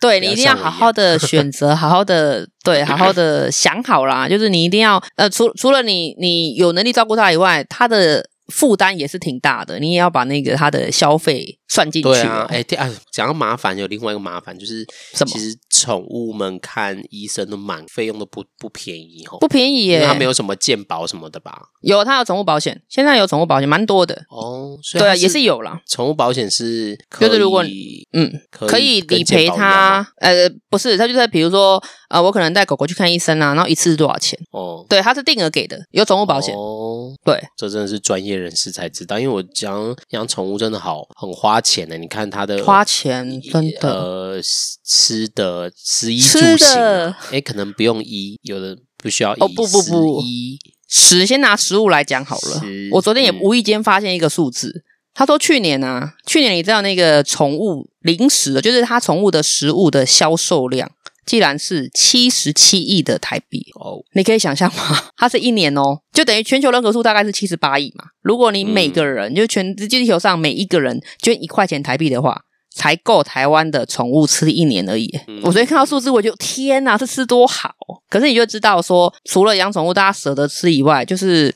[SPEAKER 2] 对
[SPEAKER 1] 不
[SPEAKER 2] 你
[SPEAKER 1] 要
[SPEAKER 2] 一定要
[SPEAKER 1] 像我
[SPEAKER 2] 好
[SPEAKER 1] 一样
[SPEAKER 2] 好的选择，好好的对，好好的想好啦。就是你一定要呃，除除了你你有能力照顾他以外，他的负担也是挺大的，你也要把那个他的消费算进去哦。
[SPEAKER 1] 对啊，哎、对啊，讲到麻烦，有另外一个麻烦就是，
[SPEAKER 2] 什么
[SPEAKER 1] 其实宠物们看医生都蛮费用都不不便宜哦，
[SPEAKER 2] 不便宜
[SPEAKER 1] 因为它
[SPEAKER 2] 耶。
[SPEAKER 1] 没有什么健保什么的吧？
[SPEAKER 2] 有他有宠物保险，现在有宠物保险蛮多的。
[SPEAKER 1] 哦，所以
[SPEAKER 2] 对啊，
[SPEAKER 1] 它
[SPEAKER 2] 也是有啦。
[SPEAKER 1] 宠物保险是可
[SPEAKER 2] 就是如果
[SPEAKER 1] 以
[SPEAKER 2] 嗯，
[SPEAKER 1] 可
[SPEAKER 2] 可以
[SPEAKER 1] 跟
[SPEAKER 2] 理
[SPEAKER 1] 健
[SPEAKER 2] 赔
[SPEAKER 1] 保一样吗
[SPEAKER 2] 它，呃，不是，它就是比如说，呃，我可能带狗狗去看医生啊，然后一次是多少钱？
[SPEAKER 1] 哦，
[SPEAKER 2] 对，它是定额给的，有宠物保险，
[SPEAKER 1] 哦，
[SPEAKER 2] 对，
[SPEAKER 1] 这真的是专业人士才知道，因为我讲养宠物真的好很花钱的，你看它的
[SPEAKER 2] 花钱真的，
[SPEAKER 1] 呃，吃吃的、食衣住
[SPEAKER 2] 吃
[SPEAKER 1] 行、
[SPEAKER 2] 的
[SPEAKER 1] 啊，哎，可能不用衣，有的不需要衣，
[SPEAKER 2] 哦不不不
[SPEAKER 1] 食衣
[SPEAKER 2] 食先拿食物来讲好了
[SPEAKER 1] 食。
[SPEAKER 2] 我昨天也
[SPEAKER 1] 嗯
[SPEAKER 2] 无意间发现一个数字，他说去年啊，去年你知道那个宠物零食的，就是他宠物的食物的销售量，竟然是七十七亿的台币，
[SPEAKER 1] 哦，
[SPEAKER 2] 你可以想象吗？ 它是一年哦，就等于全球人口数大概是七十八亿嘛。如果你每个人、就全地球上每一个人捐一块钱台币的话，才够台湾的宠物吃一年而已。
[SPEAKER 1] 嗯
[SPEAKER 2] 我昨天看到数字，我就天啊哪，这吃多好！可是你就知道说，除了养宠物大家舍得吃以外，就是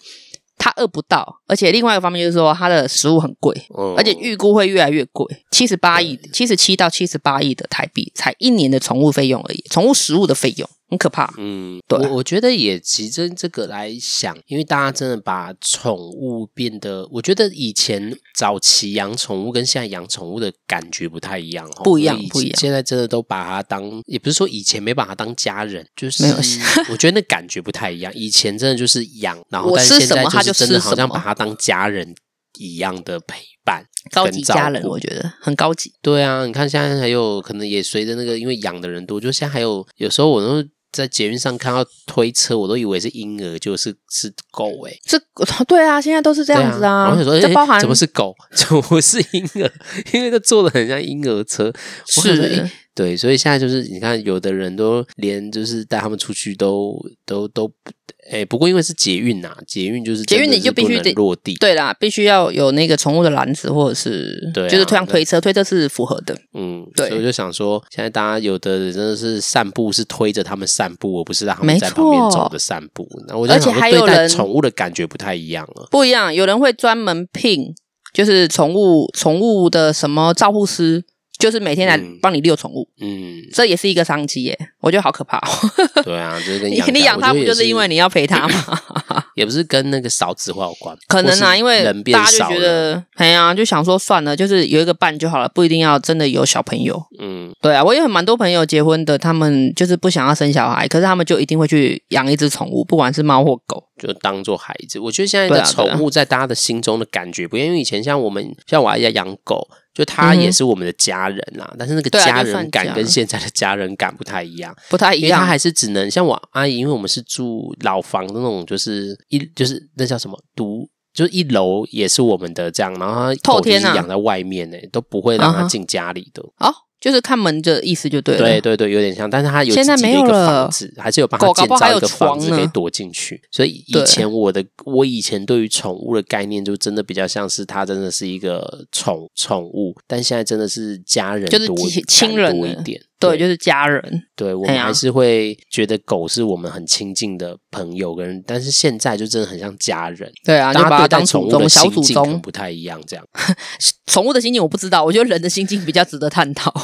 [SPEAKER 2] 它饿不到，而且另外一个方面就是说，它的食物很贵。
[SPEAKER 1] 嗯
[SPEAKER 2] 而且预估会越来越贵，七十八亿、七十七到七十八亿的台币，才一年的宠物费用而已，宠物食物的费用很可怕。
[SPEAKER 1] 嗯，
[SPEAKER 2] 对
[SPEAKER 1] 我我觉得也其实这个来想，因为大家真的把宠物变得，我觉得以前早期养宠物跟现在养宠物的感觉不太一样哦，
[SPEAKER 2] 不一样
[SPEAKER 1] 因为以前
[SPEAKER 2] 不一样
[SPEAKER 1] 现在真的都把它当，也不是说以前没把它当家人，就是
[SPEAKER 2] 没有
[SPEAKER 1] 我觉得那感觉不太一样。以前真的就是养，然后
[SPEAKER 2] 我
[SPEAKER 1] 但
[SPEAKER 2] 吃
[SPEAKER 1] 是现
[SPEAKER 2] 什
[SPEAKER 1] 在
[SPEAKER 2] 么它
[SPEAKER 1] 是
[SPEAKER 2] 就
[SPEAKER 1] 真的
[SPEAKER 2] 吃
[SPEAKER 1] 好像
[SPEAKER 2] 什么
[SPEAKER 1] 把它当家人一样的陪伴。
[SPEAKER 2] 高
[SPEAKER 1] 跟
[SPEAKER 2] 级
[SPEAKER 1] 照
[SPEAKER 2] 家人，
[SPEAKER 1] 顾
[SPEAKER 2] 我觉得很高级。
[SPEAKER 1] 对啊，你看现在还有可能也随着那个，因为养的人多，就现在还有有时候我都在捷运上看到推车，我都以为是婴儿，就是是狗哎、欸，
[SPEAKER 2] 这 对啊，现在都是这
[SPEAKER 1] 对
[SPEAKER 2] 样子
[SPEAKER 1] 啊。然后想说，
[SPEAKER 2] 这
[SPEAKER 1] 哎
[SPEAKER 2] 包含
[SPEAKER 1] 怎么是狗， 怎么是婴儿？ 因为它做的很像婴儿车。我想说
[SPEAKER 2] 是
[SPEAKER 1] 哎对，所以现在就是你看，有的人都连就是带他们出去都都都，哎、不过因为是捷运呐、捷运就是
[SPEAKER 2] 捷运
[SPEAKER 1] 真的
[SPEAKER 2] 你就是必须
[SPEAKER 1] 不能
[SPEAKER 2] 得
[SPEAKER 1] 落地，
[SPEAKER 2] 对啦，必须要有那个宠物的篮子，或者是
[SPEAKER 1] 对啊
[SPEAKER 2] 就是推像推车，推车是符合的。
[SPEAKER 1] 嗯，
[SPEAKER 2] 对
[SPEAKER 1] 所以我就想说，现在大家有的人真的是散步是推着他们散步，而不是让他们
[SPEAKER 2] 没
[SPEAKER 1] 在旁边
[SPEAKER 2] 错
[SPEAKER 1] 走的散步。那我就
[SPEAKER 2] 而且
[SPEAKER 1] 想说，
[SPEAKER 2] 还
[SPEAKER 1] 对
[SPEAKER 2] 有
[SPEAKER 1] 待
[SPEAKER 2] 人
[SPEAKER 1] 宠物的感觉不太一样了。
[SPEAKER 2] 不一样，有人会专门聘就是宠物宠物的什么照护师，就是每天来
[SPEAKER 1] 嗯
[SPEAKER 2] 帮你遛宠物，，
[SPEAKER 1] 嗯
[SPEAKER 2] 这也是一个商机耶。我觉得好可怕、 哦。
[SPEAKER 1] 对啊，就是跟
[SPEAKER 2] 你
[SPEAKER 1] 养
[SPEAKER 2] 你养它
[SPEAKER 1] 它
[SPEAKER 2] 不就是因为
[SPEAKER 1] 你
[SPEAKER 2] 你要陪 它吗？
[SPEAKER 1] 也不是跟那个少子化有关，
[SPEAKER 2] 可能
[SPEAKER 1] 或
[SPEAKER 2] 啊，
[SPEAKER 1] 是
[SPEAKER 2] 因为
[SPEAKER 1] 人变
[SPEAKER 2] 大家
[SPEAKER 1] 少
[SPEAKER 2] 就觉
[SPEAKER 1] 了，
[SPEAKER 2] 得，哎呀、就想说算了，就是有一个伴就好了，不一定要真的有小朋友。
[SPEAKER 1] 嗯，
[SPEAKER 2] 对啊，我也有蛮多朋友结婚的，他们就是不想要生小孩，可是他们就一定会去养一只宠物，不管是猫或狗。
[SPEAKER 1] 就当做孩子。我觉得现在
[SPEAKER 2] 对
[SPEAKER 1] 的
[SPEAKER 2] 啊对啊
[SPEAKER 1] 宠物在大家的心中的感觉不一样，因为以前像我们像我阿姨养狗。就它
[SPEAKER 2] 嗯哼
[SPEAKER 1] 也是我们的家人啦、但是那个
[SPEAKER 2] 对啊
[SPEAKER 1] 家
[SPEAKER 2] 就算
[SPEAKER 1] 人感
[SPEAKER 2] 家
[SPEAKER 1] 跟
[SPEAKER 2] 人
[SPEAKER 1] 现在的家人感不太一样。
[SPEAKER 2] 不太一
[SPEAKER 1] 因为他
[SPEAKER 2] 样。
[SPEAKER 1] 还是只能像我阿姨，因为我们是住老房的那种，就是一就是那叫什么独就是一楼也是我们的这样，然后它
[SPEAKER 2] 透
[SPEAKER 1] 狗就
[SPEAKER 2] 天
[SPEAKER 1] 是
[SPEAKER 2] 啊
[SPEAKER 1] 养在外面呢、都不会让
[SPEAKER 2] 啊
[SPEAKER 1] 它
[SPEAKER 2] 哈
[SPEAKER 1] 进家里的。
[SPEAKER 2] 哦，就是看门的意思就对了。
[SPEAKER 1] 对对对，有点像，但是它有
[SPEAKER 2] 现在
[SPEAKER 1] 自己的
[SPEAKER 2] 没
[SPEAKER 1] 一
[SPEAKER 2] 有
[SPEAKER 1] 个
[SPEAKER 2] 了
[SPEAKER 1] 房子，还是有帮它
[SPEAKER 2] 狗搞
[SPEAKER 1] 建
[SPEAKER 2] 不好还
[SPEAKER 1] 造一
[SPEAKER 2] 有
[SPEAKER 1] 个房子
[SPEAKER 2] 床
[SPEAKER 1] 可以
[SPEAKER 2] 呢
[SPEAKER 1] 躲进去。所以以
[SPEAKER 2] 对
[SPEAKER 1] 前我的我以前对于宠物的概念，就真的比较像是它真的是一个宠宠物，但现在真的是家人
[SPEAKER 2] 就是
[SPEAKER 1] 多
[SPEAKER 2] 亲
[SPEAKER 1] 感
[SPEAKER 2] 亲人
[SPEAKER 1] 多一
[SPEAKER 2] 了
[SPEAKER 1] 点。
[SPEAKER 2] 对，就是家人。
[SPEAKER 1] 对，我
[SPEAKER 2] 哎
[SPEAKER 1] 们
[SPEAKER 2] 呀
[SPEAKER 1] 还是会觉得狗是我们很亲近的朋友跟人，但是现在就真的很像家人。
[SPEAKER 2] 对啊，就
[SPEAKER 1] 大
[SPEAKER 2] 把
[SPEAKER 1] 家对
[SPEAKER 2] 它
[SPEAKER 1] 待
[SPEAKER 2] 当
[SPEAKER 1] 宠
[SPEAKER 2] 祖
[SPEAKER 1] 物的
[SPEAKER 2] 宗、小
[SPEAKER 1] 心
[SPEAKER 2] 祖
[SPEAKER 1] 境可能
[SPEAKER 2] 宗。
[SPEAKER 1] 不太一样，这样。
[SPEAKER 2] 宠物的心境我不知道，我觉得人的心境比较值得探 讨，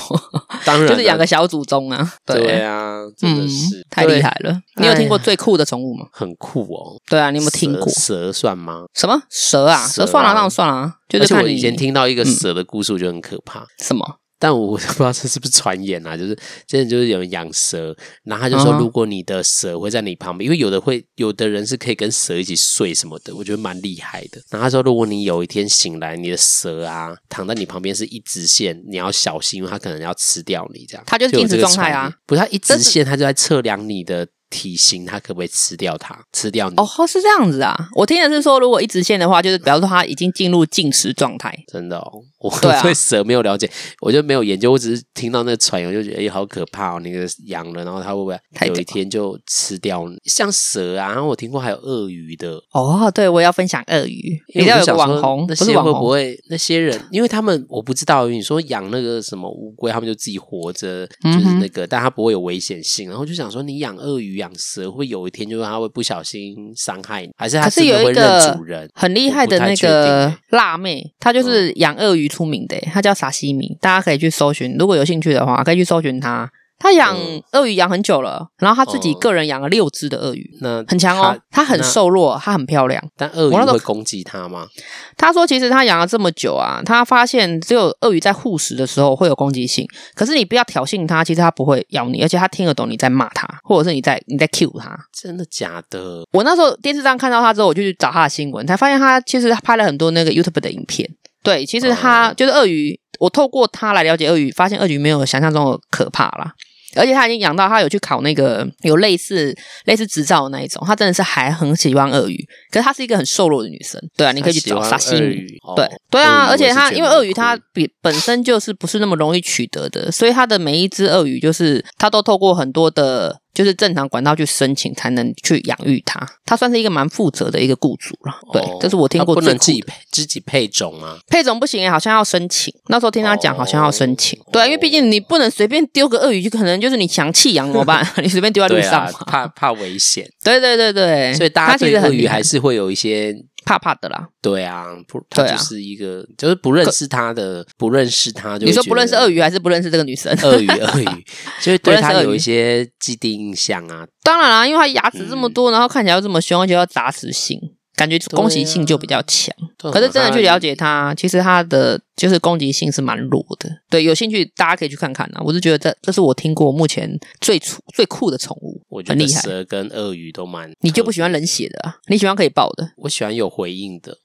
[SPEAKER 1] 当然，
[SPEAKER 2] 就是养个小祖宗啊。
[SPEAKER 1] 对啊，真的
[SPEAKER 2] 嗯
[SPEAKER 1] 是、，
[SPEAKER 2] 太厉害了。你有听过
[SPEAKER 1] 哎呀
[SPEAKER 2] 最酷的宠物吗？
[SPEAKER 1] 对，很酷哦。
[SPEAKER 2] 对啊，你有没有听过？
[SPEAKER 1] 蛇蛇算吗？
[SPEAKER 2] 什么蛇啊？
[SPEAKER 1] 蛇啊
[SPEAKER 2] 蛇算了，当然算了啊，就
[SPEAKER 1] 而
[SPEAKER 2] 是
[SPEAKER 1] 且我
[SPEAKER 2] 看
[SPEAKER 1] 以
[SPEAKER 2] 你
[SPEAKER 1] 前听到一个
[SPEAKER 2] 嗯
[SPEAKER 1] 蛇的故事，我觉得很可怕。
[SPEAKER 2] 什么。
[SPEAKER 1] 但我 不知道这是不是传言啊，就是真的就是有人养蛇，然后他就说，
[SPEAKER 2] 嗯哼
[SPEAKER 1] 如果你的蛇会在你旁边，因为有的会，有的人是可以跟蛇一起睡什么的，我觉得蛮厉害的。然后他说，如果你有一天醒来，你的蛇啊躺在你旁边是一直线，你要小心，因为它可能要吃掉你这样。
[SPEAKER 2] 它就是
[SPEAKER 1] 有
[SPEAKER 2] 静止
[SPEAKER 1] 这个
[SPEAKER 2] 状态啊
[SPEAKER 1] 传言，不是它一直
[SPEAKER 2] 但是
[SPEAKER 1] 线，它就在测量你的体型，它可不可以吃掉它，吃掉你。
[SPEAKER 2] 哦，是这样子啊！我听的是说，如果一直线的话，就是比方说它已经进入进食状态，
[SPEAKER 1] 真的哦，我
[SPEAKER 2] 对啊
[SPEAKER 1] 对蛇没有了解，我就没有研究，我只是听到那个传言，我就觉得哎、好可怕哦，那个养了，然后它会不会
[SPEAKER 2] 太
[SPEAKER 1] 有一
[SPEAKER 2] 屌
[SPEAKER 1] 天就吃掉你？像蛇啊，然后我听过还有鳄鱼的，
[SPEAKER 2] 哦，对，我也要分享鳄鱼，
[SPEAKER 1] 因为
[SPEAKER 2] 你
[SPEAKER 1] 我就
[SPEAKER 2] 知道有个
[SPEAKER 1] 想
[SPEAKER 2] 网
[SPEAKER 1] 说
[SPEAKER 2] 红，
[SPEAKER 1] 那
[SPEAKER 2] 不
[SPEAKER 1] 些
[SPEAKER 2] 是
[SPEAKER 1] 会
[SPEAKER 2] 网红，
[SPEAKER 1] 不会那些人，因为他们我不知道，你说养那个什么乌龟，他们就自己活着，
[SPEAKER 2] 嗯
[SPEAKER 1] 就是那个，但它不会有危险性。然后就想说，你养鳄鱼、养蛇，会不会有一天就是它会不小心伤害你，还是它
[SPEAKER 2] 可是
[SPEAKER 1] 真的
[SPEAKER 2] 有
[SPEAKER 1] 会
[SPEAKER 2] 一
[SPEAKER 1] 认
[SPEAKER 2] 个
[SPEAKER 1] 主人？
[SPEAKER 2] 很厉害的那个辣妹，她
[SPEAKER 1] 嗯
[SPEAKER 2] 就是养鳄鱼出名的欸，她叫沙西米，大家可以去搜寻，如果有兴趣的话，可以去搜寻她。她养
[SPEAKER 1] 嗯
[SPEAKER 2] 鳄鱼养很久了，然后她自己
[SPEAKER 1] 嗯
[SPEAKER 2] 个人养了六只的鳄鱼，
[SPEAKER 1] 那
[SPEAKER 2] 很强哦。她很
[SPEAKER 1] 那，
[SPEAKER 2] 瘦弱，她很漂亮。
[SPEAKER 1] 但鳄鱼
[SPEAKER 2] 我那时候
[SPEAKER 1] 会攻击它吗？
[SPEAKER 2] 她说，其实她养了这么久啊，她发现只有鳄鱼在护食的时候会有攻击性，可是你不要挑衅它，其实它不会咬你，而且它听得懂你在骂它，或者是你在你在 cue 它。
[SPEAKER 1] 真的假的？
[SPEAKER 2] 我那时候电视上看到他之后，我就去找他的新闻，才发现他其实拍了很多那个 YouTube 的影片。对，其实他、
[SPEAKER 1] 哦
[SPEAKER 2] 就是鳄鱼，我透过他来了解鳄鱼，发现鳄鱼没有想象中的可怕啦。而且他已经养到他有去考那个有类似类似执照的那一种，他真的是还很喜欢鳄鱼，可是她是一个很瘦弱的女生，对啊，你可以去找
[SPEAKER 1] 他喜欢
[SPEAKER 2] 沙西
[SPEAKER 1] 鳄
[SPEAKER 2] 米，
[SPEAKER 1] 鱼哦
[SPEAKER 2] 对对啊，
[SPEAKER 1] 鳄鱼我
[SPEAKER 2] 而且
[SPEAKER 1] 是
[SPEAKER 2] 它
[SPEAKER 1] 觉
[SPEAKER 2] 因为
[SPEAKER 1] 得
[SPEAKER 2] 鳄鱼
[SPEAKER 1] 酷
[SPEAKER 2] 它比本身就是不是那么容易取得的，所以它的每一只鳄鱼就是它都透过很多的，就是正常管道去申请才能去养育它。它算是一个蛮负责的一个雇主了。对
[SPEAKER 1] 哦，
[SPEAKER 2] 这是我听
[SPEAKER 1] 它
[SPEAKER 2] 过
[SPEAKER 1] 不
[SPEAKER 2] 最
[SPEAKER 1] 能
[SPEAKER 2] 酷
[SPEAKER 1] 自己
[SPEAKER 2] 的。
[SPEAKER 1] 配自己配种吗？
[SPEAKER 2] 配种不行欸，好像要申请。那时候听他讲，好像要申请
[SPEAKER 1] 哦。
[SPEAKER 2] 对啊，因为毕竟你不能随便丢个鳄鱼，就可能就是你想弃养怎么办？ 你随便丢在路
[SPEAKER 1] 对啊，
[SPEAKER 2] 上 嘛。
[SPEAKER 1] 怕怕危险，
[SPEAKER 2] 对对对对，
[SPEAKER 1] 所以大家
[SPEAKER 2] 哎它其
[SPEAKER 1] 对
[SPEAKER 2] 实
[SPEAKER 1] 鳄
[SPEAKER 2] 很
[SPEAKER 1] 鱼
[SPEAKER 2] 厉害
[SPEAKER 1] 还是会有一些。
[SPEAKER 2] 怕怕的啦。
[SPEAKER 1] 对啊，不，它
[SPEAKER 2] 对
[SPEAKER 1] 就
[SPEAKER 2] 啊
[SPEAKER 1] 是一个，就是不认识它的，不认识它就
[SPEAKER 2] 你说不认识鳄
[SPEAKER 1] 鱼，
[SPEAKER 2] 鱼还是不认识这个女生？
[SPEAKER 1] 鳄鱼，鳄鱼，就是对
[SPEAKER 2] 不认识
[SPEAKER 1] 它
[SPEAKER 2] 鳄鱼
[SPEAKER 1] 有一些既定印象啊。
[SPEAKER 2] 当然啦，因为它牙齿这
[SPEAKER 1] 嗯
[SPEAKER 2] 么多，然后看起来又这么凶，而且要杂食性，感觉攻击性就比较强。
[SPEAKER 1] 嗯
[SPEAKER 2] 啊可是真的去了解它，其实它的就是攻击性是蛮弱的。对，有兴趣大家可以去看看啊。我是觉得这这是我听过目前最酷最酷的宠物
[SPEAKER 1] 我，觉
[SPEAKER 2] 很
[SPEAKER 1] 得
[SPEAKER 2] 厉害。
[SPEAKER 1] 蛇跟鳄鱼都蛮，
[SPEAKER 2] 你就不喜欢冷血的、啊，你喜欢可以抱 的，
[SPEAKER 1] 我喜欢有回应 的，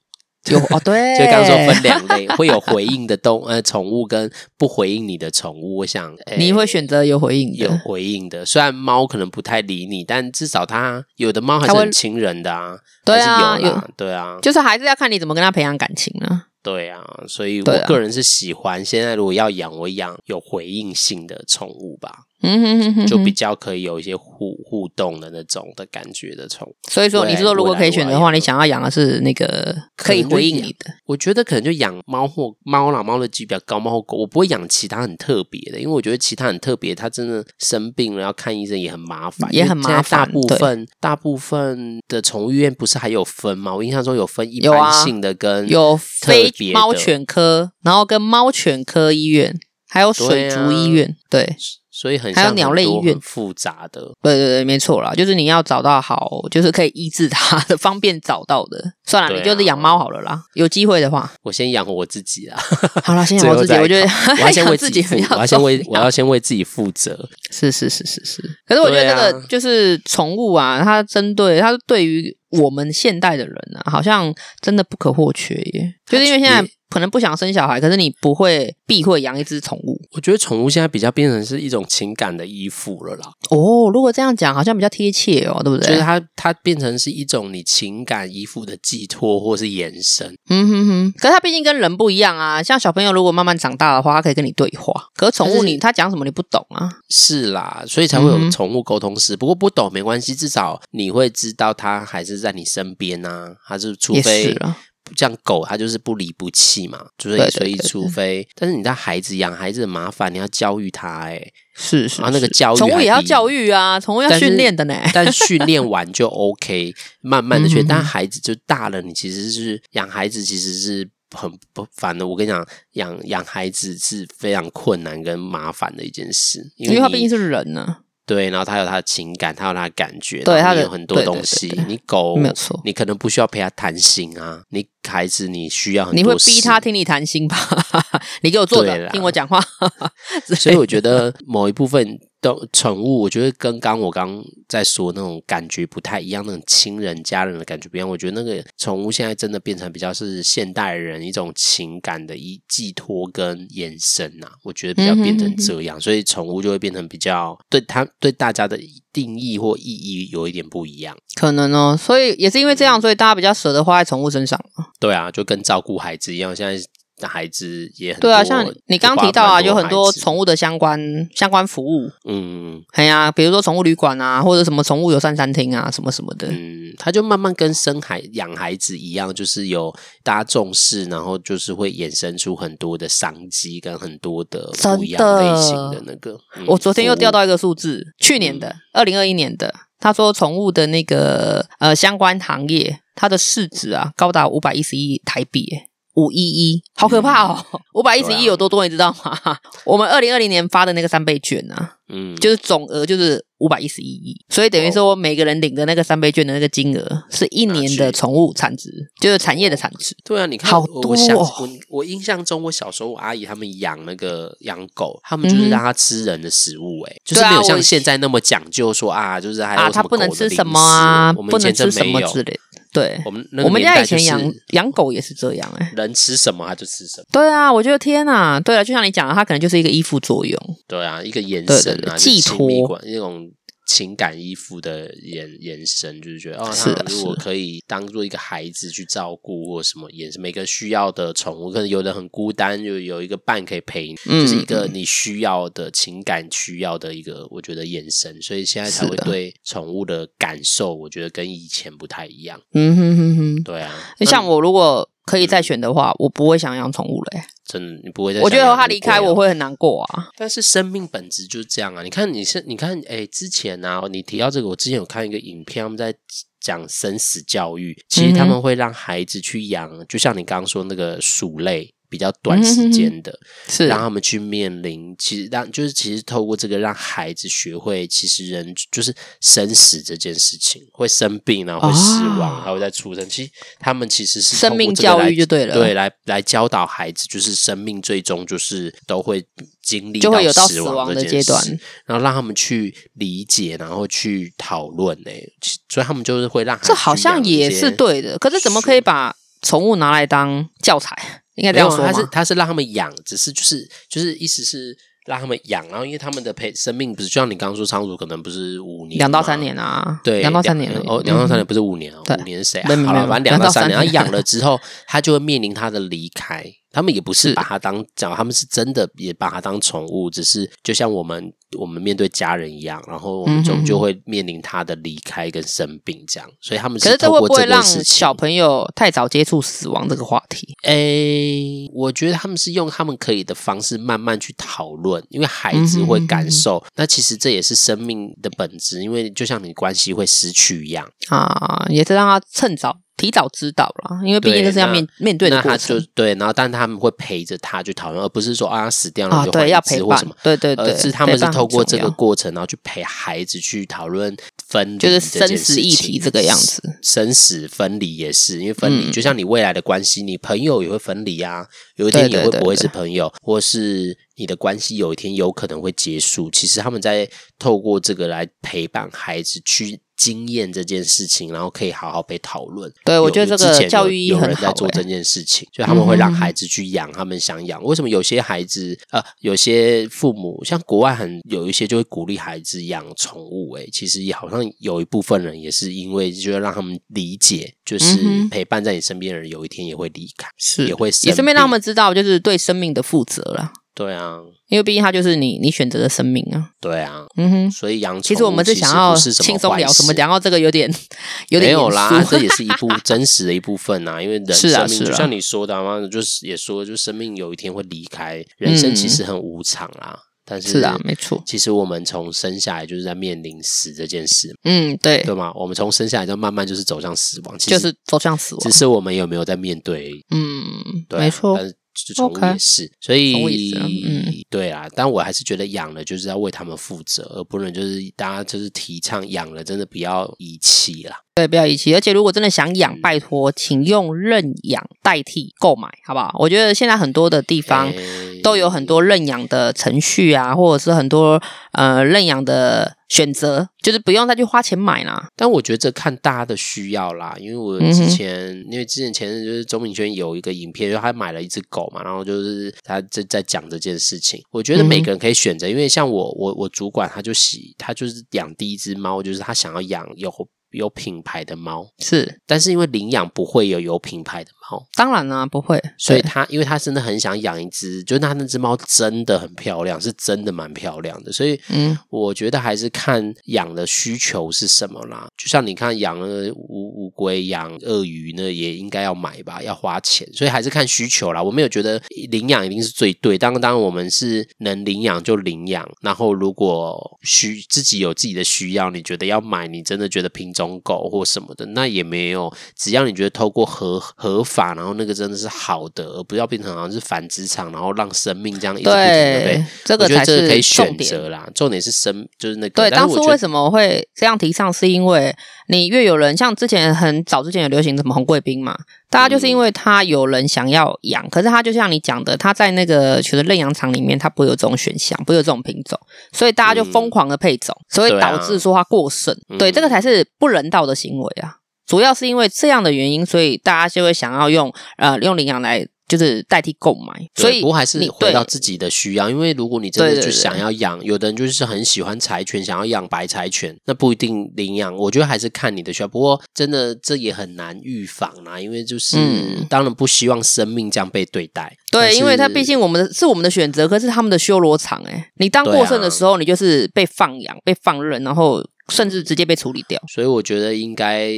[SPEAKER 2] 有哦，对，
[SPEAKER 1] 就刚刚说分两类，会有回应的动呃宠物跟不回应你的宠物。我想哎
[SPEAKER 2] 你会选择有回应
[SPEAKER 1] 有
[SPEAKER 2] 的，
[SPEAKER 1] 回应的，虽然猫可能不太理你，但至少它有的猫还是
[SPEAKER 2] 它会
[SPEAKER 1] 很亲人的啊，
[SPEAKER 2] 对
[SPEAKER 1] 还
[SPEAKER 2] 啊，
[SPEAKER 1] 是有啦，对啊，
[SPEAKER 2] 就是还是要看你怎么跟它培养感情啊。
[SPEAKER 1] 对啊，所以
[SPEAKER 2] 对
[SPEAKER 1] 我
[SPEAKER 2] 啊
[SPEAKER 1] 个人是喜欢现在如果要养，我养有回应性的宠物吧，
[SPEAKER 2] 嗯哼哼哼哼，
[SPEAKER 1] 就比较可以有一些互互动的那种的感觉的宠物。
[SPEAKER 2] 所以说，你是说如果可以选择的
[SPEAKER 1] 未来
[SPEAKER 2] 话，你想要养的是那个可以回应你的，
[SPEAKER 1] 我觉得可能就养猫或猫啦，猫的级比较高，猫或狗，我不会养其他很特别的，因为我觉得其他很特别，它真的生病了要看医生也很麻烦，
[SPEAKER 2] 也很麻烦
[SPEAKER 1] 因为现在大部分大部分的宠物医院不是还有分吗？我印象中有分一
[SPEAKER 2] 有
[SPEAKER 1] 般
[SPEAKER 2] 啊
[SPEAKER 1] 性的跟
[SPEAKER 2] 有
[SPEAKER 1] 特
[SPEAKER 2] 非
[SPEAKER 1] 别的
[SPEAKER 2] 猫犬科，然后跟猫犬科医院，还有水
[SPEAKER 1] 啊
[SPEAKER 2] 族医院，对、
[SPEAKER 1] 所以很
[SPEAKER 2] 还有
[SPEAKER 1] 像很
[SPEAKER 2] 鸟类
[SPEAKER 1] 多
[SPEAKER 2] 医院
[SPEAKER 1] 很复杂的，
[SPEAKER 2] 对对对，没错啦，就是你要找到好，就是可以医治它的，方便找到的。算了，
[SPEAKER 1] 对啊
[SPEAKER 2] 你就是养猫好了啦，有机会的话，
[SPEAKER 1] 我先养活我自己 啊。
[SPEAKER 2] 好啦，先养我自己，
[SPEAKER 1] 最后
[SPEAKER 2] 我觉
[SPEAKER 1] 再
[SPEAKER 2] 得
[SPEAKER 1] 考我要先
[SPEAKER 2] 养
[SPEAKER 1] 为
[SPEAKER 2] 自
[SPEAKER 1] 己
[SPEAKER 2] 己
[SPEAKER 1] 负
[SPEAKER 2] 比，较
[SPEAKER 1] 我要先为
[SPEAKER 2] 重
[SPEAKER 1] 我要先为自己负责。
[SPEAKER 2] 是是是是是，可是我觉得这
[SPEAKER 1] 对
[SPEAKER 2] 个
[SPEAKER 1] 啊
[SPEAKER 2] 就是宠物啊，它针对它对于我们现代的人啊，好像真的不可或缺耶。就是因为现在
[SPEAKER 1] 也
[SPEAKER 2] 可能不想生小孩，可是你不会避讳养一只宠物。
[SPEAKER 1] 我觉得宠物现在比较变成是一种情感的依附了啦，
[SPEAKER 2] 哦，如果这样讲，好像比较贴切哦，对不
[SPEAKER 1] 就是
[SPEAKER 2] 对？
[SPEAKER 1] 它它变成是一种你情感依附的寄托或是延伸。
[SPEAKER 2] 嗯哼哼。可是它毕竟跟人不一样啊，像小朋友如果慢慢长大的话，它可以跟你对话。可是宠
[SPEAKER 1] 但
[SPEAKER 2] 物
[SPEAKER 1] 是
[SPEAKER 2] 你它讲什么你不懂啊？
[SPEAKER 1] 是啦，所以才会有
[SPEAKER 2] 嗯哼
[SPEAKER 1] 宠物沟通师。不过不懂没关系，至少你会知道它还是在你身边啊。它是除
[SPEAKER 2] 也是
[SPEAKER 1] 非
[SPEAKER 2] 了，
[SPEAKER 1] 像狗，它就是不离不弃嘛，所
[SPEAKER 2] 对
[SPEAKER 1] 以
[SPEAKER 2] 对
[SPEAKER 1] 所以
[SPEAKER 2] 对对
[SPEAKER 1] 除非，但是你在孩子养孩子很麻烦，你要教育它哎、
[SPEAKER 2] 是是
[SPEAKER 1] 然后那个
[SPEAKER 2] 是
[SPEAKER 1] 教育
[SPEAKER 2] 宠物
[SPEAKER 1] 还
[SPEAKER 2] 也要
[SPEAKER 1] 比
[SPEAKER 2] 教育啊，宠物要
[SPEAKER 1] 但是
[SPEAKER 2] 训练的呢。
[SPEAKER 1] 但训练完就 OK，慢 慢的
[SPEAKER 2] 嗯
[SPEAKER 1] 去。
[SPEAKER 2] 哼
[SPEAKER 1] 但
[SPEAKER 2] 哼
[SPEAKER 1] 孩子就大了，你其实是养孩子其实是很不烦的。我跟你讲，养养孩子是非常困难跟麻烦的一件事，因
[SPEAKER 2] 因为它毕
[SPEAKER 1] 你
[SPEAKER 2] 竟是人呢、啊
[SPEAKER 1] 对，然后他有他的情感，他有他的感觉，
[SPEAKER 2] 对
[SPEAKER 1] 然后
[SPEAKER 2] 他
[SPEAKER 1] 你
[SPEAKER 2] 的
[SPEAKER 1] 有很多
[SPEAKER 2] 对对
[SPEAKER 1] 东西
[SPEAKER 2] 对对。
[SPEAKER 1] 你狗
[SPEAKER 2] 没有错
[SPEAKER 1] 你可能不需要陪他谈心啊，你孩子你需要很多，
[SPEAKER 2] 你会逼他。听你谈心吧？ 你给我坐
[SPEAKER 1] 对
[SPEAKER 2] 着
[SPEAKER 1] 啦，
[SPEAKER 2] 听我讲话。
[SPEAKER 1] 所以我觉得某一部分动宠物，我觉得跟刚我刚在说那种感觉不太一样，那种亲人家人的感觉不一样。我觉得那个宠物现在真的变成比较是现代人一种情感的一寄托跟延伸呐、我觉得比较
[SPEAKER 2] 嗯哼
[SPEAKER 1] 变成
[SPEAKER 2] 嗯哼
[SPEAKER 1] 这样，所以宠物就会变成比较对它对大家的定义或意义有一点不一样。
[SPEAKER 2] 可能哦，所以也是因为
[SPEAKER 1] 嗯
[SPEAKER 2] 这样，所以大家比较舍得花在宠物身上。
[SPEAKER 1] 对啊，就跟照顾孩子一样，现在的孩子也很
[SPEAKER 2] 对啊，
[SPEAKER 1] 多
[SPEAKER 2] 像你刚刚提到啊，有很多，宠
[SPEAKER 1] 花
[SPEAKER 2] 物的相关相关服务，
[SPEAKER 1] 蛮嗯
[SPEAKER 2] 哎呀、比如说宠物旅馆啊，或者什么宠物友善餐厅啊，什么什么的。
[SPEAKER 1] 嗯，他就慢慢跟生孩养孩子一样，就是有大家重视，然后就是会衍生出很多的商机跟很多的
[SPEAKER 2] 真
[SPEAKER 1] 不一样类型
[SPEAKER 2] 的
[SPEAKER 1] 的那个。嗯
[SPEAKER 2] 我昨天又
[SPEAKER 1] 服务嗯
[SPEAKER 2] 调到一个数字，去年的二零二一年的，他说宠物的那个呃相关行业，它的市值啊高达五百一十亿台币耶。五一一，好可怕哦！五百一十
[SPEAKER 1] 嗯对啊
[SPEAKER 2] 亿有多多，你知道吗？ 我们二零二零年发的那个三倍券啊，
[SPEAKER 1] 嗯，
[SPEAKER 2] 就是总额就是五百一十一亿，所以等于说每个人领的那个三倍券的那个金额是一年
[SPEAKER 1] 哦拿
[SPEAKER 2] 的
[SPEAKER 1] 去
[SPEAKER 2] 宠物产值，就是产业的产值。
[SPEAKER 1] 对啊，你看，
[SPEAKER 2] 好
[SPEAKER 1] 我
[SPEAKER 2] 多
[SPEAKER 1] 我想
[SPEAKER 2] 哦
[SPEAKER 1] 我我印象中，我小时候我阿姨他们养那个养狗，他们就是
[SPEAKER 2] 嗯哼
[SPEAKER 1] 让它吃人的食物、欸，哎、就是
[SPEAKER 2] 对啊
[SPEAKER 1] 没有
[SPEAKER 2] 我
[SPEAKER 1] 像现在那么讲究说啊，就是还有
[SPEAKER 2] 啊，
[SPEAKER 1] 什
[SPEAKER 2] 它
[SPEAKER 1] 么
[SPEAKER 2] 不能
[SPEAKER 1] 狗的
[SPEAKER 2] 吃
[SPEAKER 1] 零
[SPEAKER 2] 什么啊，
[SPEAKER 1] 食我们
[SPEAKER 2] 不
[SPEAKER 1] 以
[SPEAKER 2] 能
[SPEAKER 1] 前
[SPEAKER 2] 吃
[SPEAKER 1] 真
[SPEAKER 2] 什
[SPEAKER 1] 没
[SPEAKER 2] 么
[SPEAKER 1] 有。
[SPEAKER 2] 之类的。对，
[SPEAKER 1] 我们那个
[SPEAKER 2] 我们
[SPEAKER 1] 年
[SPEAKER 2] 家
[SPEAKER 1] 代
[SPEAKER 2] 以前
[SPEAKER 1] 就是
[SPEAKER 2] 养养狗也是这样哎、
[SPEAKER 1] 人吃什么他就吃什么，
[SPEAKER 2] 对啊，我觉得天呐，对了，就像你讲的，它可能就是一个依附作用。
[SPEAKER 1] 对啊，一个延
[SPEAKER 2] 对对
[SPEAKER 1] 伸
[SPEAKER 2] 对
[SPEAKER 1] 啊，
[SPEAKER 2] 寄托
[SPEAKER 1] 管那种。情感依附的延延伸，就是觉得哦，
[SPEAKER 2] 是
[SPEAKER 1] 他
[SPEAKER 2] 啊
[SPEAKER 1] 如
[SPEAKER 2] 是
[SPEAKER 1] 果
[SPEAKER 2] 啊
[SPEAKER 1] 可以当做一个孩子去照顾或什么，也是每个需要的宠物，可能有的很孤单，就有一个伴可以陪你，
[SPEAKER 2] 嗯
[SPEAKER 1] 就是一个你需要的情感需要的一个，我觉得延伸，所以现在才
[SPEAKER 2] 是
[SPEAKER 1] 会
[SPEAKER 2] 的
[SPEAKER 1] 对宠物的感受，我觉得跟以前不太一样。
[SPEAKER 2] 嗯哼哼哼，
[SPEAKER 1] 对啊，
[SPEAKER 2] 像
[SPEAKER 1] 那
[SPEAKER 2] 我如果可以再选的话，我不会想养宠物嘞、
[SPEAKER 1] 真的你不会再
[SPEAKER 2] 我觉
[SPEAKER 1] 想
[SPEAKER 2] 得
[SPEAKER 1] 养
[SPEAKER 2] 它
[SPEAKER 1] 乌
[SPEAKER 2] 离
[SPEAKER 1] 龟
[SPEAKER 2] 开
[SPEAKER 1] 了
[SPEAKER 2] 我会很难过啊。
[SPEAKER 1] 但是生命本质就是这样啊！你看，你是你看，哎、之前啊，你提到这个，我之前有看一个影片，他们在讲生死教育，其实他们会让孩子去养，就像你刚刚说那个鼠类。比较短时间的，
[SPEAKER 2] 是
[SPEAKER 1] 让他们去面临，其实让就是其实透过这个让孩子学会，其实人就是生死这件事情，会生病，然后会死亡，
[SPEAKER 2] 啊
[SPEAKER 1] 还会再出生。其实他们其实是
[SPEAKER 2] 生
[SPEAKER 1] 透过
[SPEAKER 2] 命
[SPEAKER 1] 这个
[SPEAKER 2] 教
[SPEAKER 1] 来
[SPEAKER 2] 育就对了
[SPEAKER 1] 对，来来教导孩子，就是生命最终就是都会经历
[SPEAKER 2] 就会有到
[SPEAKER 1] 死
[SPEAKER 2] 死亡
[SPEAKER 1] 这
[SPEAKER 2] 的
[SPEAKER 1] 件
[SPEAKER 2] 阶
[SPEAKER 1] 事
[SPEAKER 2] 段。
[SPEAKER 1] 然后让他们去理解，然后去讨论诶、其所以他们就是会让孩子
[SPEAKER 2] 这好像
[SPEAKER 1] 养一
[SPEAKER 2] 也
[SPEAKER 1] 些
[SPEAKER 2] 是对的，可是怎么可以把宠物拿来当教材？ 应该这
[SPEAKER 1] 没有
[SPEAKER 2] 样
[SPEAKER 1] 啊，
[SPEAKER 2] 说吗
[SPEAKER 1] 他是他是让他们养，只是就是就是意思是让他们养，然后因为他们的陪生命不是就像你刚刚说仓鼠可能不是五年
[SPEAKER 2] 两到
[SPEAKER 1] 嘛
[SPEAKER 2] 三。年啊，
[SPEAKER 1] 对，
[SPEAKER 2] 两到三年而已
[SPEAKER 1] 哦，两到三年
[SPEAKER 2] 嗯
[SPEAKER 1] 不是五年啊，
[SPEAKER 2] 对
[SPEAKER 1] 五年是谁啊？
[SPEAKER 2] 没有没有
[SPEAKER 1] 好了
[SPEAKER 2] 没有
[SPEAKER 1] 反正
[SPEAKER 2] 两
[SPEAKER 1] 到
[SPEAKER 2] 到
[SPEAKER 1] 三
[SPEAKER 2] 三
[SPEAKER 1] 年，
[SPEAKER 2] 年
[SPEAKER 1] 他养了之后，他就会面临他的离开。他们也不是把它当讲，他们是真的也把它当宠物，只是就像我们我们面对家人一样，然后我们
[SPEAKER 2] 嗯哼
[SPEAKER 1] 终究
[SPEAKER 2] 哼
[SPEAKER 1] 会面临他的离开跟生病这样，所以他们
[SPEAKER 2] 可是这
[SPEAKER 1] 透
[SPEAKER 2] 会
[SPEAKER 1] 过
[SPEAKER 2] 不会
[SPEAKER 1] 这个
[SPEAKER 2] 让
[SPEAKER 1] 事情
[SPEAKER 2] 小朋友太早接触死亡这个话题？
[SPEAKER 1] 诶，我觉得他们是用他们可以的方式慢慢去讨论，因为孩
[SPEAKER 2] 嗯
[SPEAKER 1] 子会感受。那其实这也是生命的本质，因为就像你关系会失去一样，
[SPEAKER 2] 啊，也是让他趁早、提早知道啦，因为毕竟
[SPEAKER 1] 对
[SPEAKER 2] 这是要
[SPEAKER 1] 那
[SPEAKER 2] 面面对的
[SPEAKER 1] 那他
[SPEAKER 2] 过
[SPEAKER 1] 就
[SPEAKER 2] 程
[SPEAKER 1] 对，然后但他们会陪着他去讨论，而不是说啊死掉了
[SPEAKER 2] 啊，
[SPEAKER 1] 就换
[SPEAKER 2] 对，
[SPEAKER 1] 一
[SPEAKER 2] 要
[SPEAKER 1] 只
[SPEAKER 2] 陪
[SPEAKER 1] 或
[SPEAKER 2] 伴
[SPEAKER 1] 什么，，
[SPEAKER 2] 对对
[SPEAKER 1] 而
[SPEAKER 2] 对，
[SPEAKER 1] 是他
[SPEAKER 2] 陪
[SPEAKER 1] 们是
[SPEAKER 2] 伴很
[SPEAKER 1] 透过这
[SPEAKER 2] 重
[SPEAKER 1] 个
[SPEAKER 2] 要
[SPEAKER 1] 过程，然后去陪孩子去讨论分离
[SPEAKER 2] 就是
[SPEAKER 1] 这
[SPEAKER 2] 生
[SPEAKER 1] 件
[SPEAKER 2] 死
[SPEAKER 1] 事
[SPEAKER 2] 议
[SPEAKER 1] 情
[SPEAKER 2] 题这个样子，
[SPEAKER 1] 生死分离也是，因为分离、
[SPEAKER 2] 嗯
[SPEAKER 1] 就像你未来的关系，你朋友也会分离啊，有一天你
[SPEAKER 2] 对对
[SPEAKER 1] 会
[SPEAKER 2] 对
[SPEAKER 1] 不会
[SPEAKER 2] 对
[SPEAKER 1] 是朋友，或是你的关系有一天有可能会结束。其实他们在透过这个来陪伴孩子去经验这件事情，然后可以好好被讨论。
[SPEAKER 2] 对，我
[SPEAKER 1] 有
[SPEAKER 2] 觉得这
[SPEAKER 1] 之前
[SPEAKER 2] 个
[SPEAKER 1] 有
[SPEAKER 2] 教育意义
[SPEAKER 1] 有
[SPEAKER 2] 很
[SPEAKER 1] 人
[SPEAKER 2] 好、
[SPEAKER 1] 在做这。
[SPEAKER 2] 欸
[SPEAKER 1] 件事情，就他们会
[SPEAKER 2] 嗯
[SPEAKER 1] 让
[SPEAKER 2] 哼
[SPEAKER 1] 孩子去养他们想养。为什么有些孩子呃，有些父母像国外很有一些就会鼓励孩子养宠物、欸？其实也好像有一部分人也是因为就要让他们理解，就是
[SPEAKER 2] 嗯哼
[SPEAKER 1] 陪伴在你身边的人有一天也会离开，
[SPEAKER 2] 是
[SPEAKER 1] 也会
[SPEAKER 2] 也顺便让他
[SPEAKER 1] 生病
[SPEAKER 2] 们知道，就是对生命的负责啦。
[SPEAKER 1] 对啊，
[SPEAKER 2] 因为毕竟它就是你你选择的生命啊。
[SPEAKER 1] 对啊。
[SPEAKER 2] 嗯哼，
[SPEAKER 1] 所以养宠物
[SPEAKER 2] 其实我们是
[SPEAKER 1] 是
[SPEAKER 2] 想要
[SPEAKER 1] 不是什
[SPEAKER 2] 轻松
[SPEAKER 1] 坏
[SPEAKER 2] 聊，什么
[SPEAKER 1] 事
[SPEAKER 2] 讲到这个有点 有
[SPEAKER 1] 没
[SPEAKER 2] 点
[SPEAKER 1] 有
[SPEAKER 2] 严
[SPEAKER 1] 啦，
[SPEAKER 2] 肃
[SPEAKER 1] 这也是一部真实的一部分啊，因为人
[SPEAKER 2] 是啊
[SPEAKER 1] 生命
[SPEAKER 2] 是啊
[SPEAKER 1] 就像你说的、啊，妈的，就是也说，就生命有一天会离开，人生其实很无常啦。但是
[SPEAKER 2] 嗯是啊，没错。
[SPEAKER 1] 其实我们从生下来就是在面临死这件事，
[SPEAKER 2] 嗯，对，
[SPEAKER 1] 对吗？我们从生下来就慢慢就是走向死亡，其
[SPEAKER 2] 就
[SPEAKER 1] 实
[SPEAKER 2] 是走向死亡
[SPEAKER 1] 只。是我们有没有在面对而已，
[SPEAKER 2] 嗯，
[SPEAKER 1] 对啊、
[SPEAKER 2] 没错
[SPEAKER 1] 但。是就宠物
[SPEAKER 2] OK
[SPEAKER 1] 也是，所以
[SPEAKER 2] 宠物也是啊嗯
[SPEAKER 1] 对啊，但我还是觉得养了就是要为他们负责，而不能就是大家就是提倡养了真的不要遗弃啦。
[SPEAKER 2] 对，不要遗弃。而且如果真的想
[SPEAKER 1] 嗯
[SPEAKER 2] 养，拜托，请用认养代替购买，好不好？我觉得现在很多的地方
[SPEAKER 1] 诶
[SPEAKER 2] 都有很多认养的程序啊，或者是很多呃认养的选择，就是不用再去花钱买啦。
[SPEAKER 1] 但我觉得这看大家的需要啦，因为我
[SPEAKER 2] 嗯
[SPEAKER 1] 之
[SPEAKER 2] 哼
[SPEAKER 1] 前，因为之前前阵就是周明轩有一个影片，就他买了一只狗嘛，然后就是他在在讲这件事情。我
[SPEAKER 2] 嗯
[SPEAKER 1] 觉得每个人可以选择，因为像我，我我主管他就喜，他就是养第一只猫，就是他想要养有有品牌的猫，
[SPEAKER 2] 是，
[SPEAKER 1] 但是因为领养不会有有品牌的猫，
[SPEAKER 2] 当然啦、不会。
[SPEAKER 1] 所以
[SPEAKER 2] 对
[SPEAKER 1] 他因为他真的很想养一只，就是他那只猫真的很漂亮，是真的蛮漂亮的，所以
[SPEAKER 2] 嗯，
[SPEAKER 1] 我觉得还是看养的需求是什么啦。就像你看养了乌乌龟、养鳄鱼呢，也应该要买吧，要花钱，所以还是看需求啦。我没有觉得领养一定是最对，当当然我们是能领养就领养，然后如果需自己有自己的需要，你觉得要买，你真的觉得品种狗或什么的，那也没有，只要你觉得透过合合法，然后那个真的是好的，而不要变成好像是繁殖场，然后让生命这样一直不停的被
[SPEAKER 2] 对，这个
[SPEAKER 1] 我觉
[SPEAKER 2] 才
[SPEAKER 1] 得这
[SPEAKER 2] 是
[SPEAKER 1] 个可以
[SPEAKER 2] 重
[SPEAKER 1] 选
[SPEAKER 2] 点。
[SPEAKER 1] 择啦。重点是生，就是那个。
[SPEAKER 2] 对，
[SPEAKER 1] 但是
[SPEAKER 2] 当
[SPEAKER 1] 我
[SPEAKER 2] 初
[SPEAKER 1] 觉
[SPEAKER 2] 为
[SPEAKER 1] 得
[SPEAKER 2] 什么会这样提倡，是因为你越有人，像之前很早之前有流行什么红贵宾嘛，大家
[SPEAKER 1] 嗯
[SPEAKER 2] 就是因为他有人想要养，可是他就像你讲的，他在那个觉得认养场里面，他不会有这种选项，不会有这种品种，所以大家就疯狂的配种，所以
[SPEAKER 1] 嗯对啊
[SPEAKER 2] 导致说它过剩。
[SPEAKER 1] 嗯
[SPEAKER 2] 对，这个才是不人道的行为啊！主要是因为这样的原因，所以大家就会想要用呃用领养来就是代替购买，
[SPEAKER 1] 对
[SPEAKER 2] 所以
[SPEAKER 1] 不过还是
[SPEAKER 2] 你
[SPEAKER 1] 回到
[SPEAKER 2] 对
[SPEAKER 1] 自己的需要，因为如果你真
[SPEAKER 2] 对
[SPEAKER 1] 的
[SPEAKER 2] 对
[SPEAKER 1] 就
[SPEAKER 2] 对
[SPEAKER 1] 想要养，有的人就是很喜欢柴犬，想要养白柴犬，那不一定领养。我觉得还是看你的需要，不过真的这也很难预防啦，因为就是、
[SPEAKER 2] 嗯
[SPEAKER 1] 当然不希望生命这样被对待。但
[SPEAKER 2] 对，因为
[SPEAKER 1] 是
[SPEAKER 2] 它毕竟我们的是我们的选择，可是他们的修罗场哎、你当
[SPEAKER 1] 对
[SPEAKER 2] 过剩的
[SPEAKER 1] 啊
[SPEAKER 2] 时候，你就是被放养、被放任，然后甚至直接被处理掉。
[SPEAKER 1] 所以我觉得应该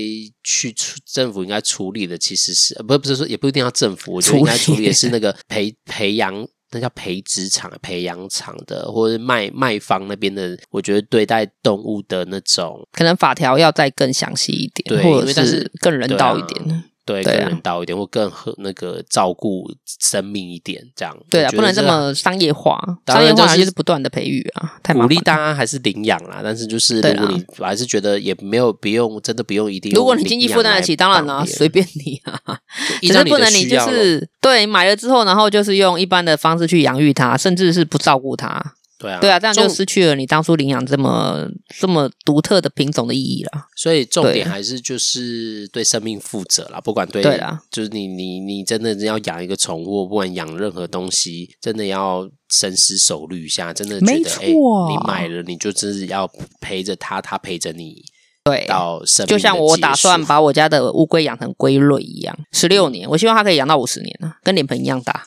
[SPEAKER 1] 去处政府应该处理的其实是呃不不是说也不一定要政府，我觉得应该
[SPEAKER 2] 处
[SPEAKER 1] 处
[SPEAKER 2] 理
[SPEAKER 1] 理的是那个培培养。那叫培植场、培养场的，或者是卖卖方那边的，我觉得对待动物的那种
[SPEAKER 2] 可能法条要再更详细一点，
[SPEAKER 1] 对因
[SPEAKER 2] 或者
[SPEAKER 1] 为但是
[SPEAKER 2] 更人
[SPEAKER 1] 对
[SPEAKER 2] 道
[SPEAKER 1] 啊
[SPEAKER 2] 一点。
[SPEAKER 1] 对
[SPEAKER 2] 对
[SPEAKER 1] 更
[SPEAKER 2] 啊
[SPEAKER 1] 人道一点，或更和那个照顾生命一点，这样
[SPEAKER 2] 对啊，
[SPEAKER 1] 我觉
[SPEAKER 2] 不能
[SPEAKER 1] 得
[SPEAKER 2] 这么商业化，
[SPEAKER 1] 当
[SPEAKER 2] 商
[SPEAKER 1] 然
[SPEAKER 2] 业
[SPEAKER 1] 就
[SPEAKER 2] 化
[SPEAKER 1] 是
[SPEAKER 2] 就是不断的培育啊，太麻
[SPEAKER 1] 鼓
[SPEAKER 2] 烦
[SPEAKER 1] 励大
[SPEAKER 2] 了。
[SPEAKER 1] 家还是领养啦，但是就是
[SPEAKER 2] 对
[SPEAKER 1] 如果
[SPEAKER 2] 啦
[SPEAKER 1] 你还是觉得也没有不用，真的不用一定用领养来帮别人。
[SPEAKER 2] 如果你经济负担得起，当然啦、随便你啊。
[SPEAKER 1] 依
[SPEAKER 2] 只
[SPEAKER 1] 照
[SPEAKER 2] 是
[SPEAKER 1] 你
[SPEAKER 2] 不
[SPEAKER 1] 的
[SPEAKER 2] 能你
[SPEAKER 1] 需
[SPEAKER 2] 就
[SPEAKER 1] 要咯
[SPEAKER 2] 是对买了之后，然后就是用一般的方式去养育它，甚至是不照顾它。
[SPEAKER 1] 对啊
[SPEAKER 2] 对啊，这样就
[SPEAKER 1] 重
[SPEAKER 2] 失去了你当初领养这么这么独特的品种的意义了。
[SPEAKER 1] 所以重
[SPEAKER 2] 对
[SPEAKER 1] 点还是就是对生命负责啦，不管对
[SPEAKER 2] 对啦，
[SPEAKER 1] 就是你你你真的要养一个宠物，不管养任何东西，真的要深思熟虑一下，真的觉得
[SPEAKER 2] 没
[SPEAKER 1] 哎
[SPEAKER 2] 错
[SPEAKER 1] 你买了你就真是要陪着它，它陪着你
[SPEAKER 2] 对，
[SPEAKER 1] 到生命
[SPEAKER 2] 就
[SPEAKER 1] 的
[SPEAKER 2] 像我
[SPEAKER 1] 结
[SPEAKER 2] 打算
[SPEAKER 1] 束
[SPEAKER 2] 把我家的乌龟养成龟类一样，十六年，我希望它可以养到五十年啊，跟脸盆一样大。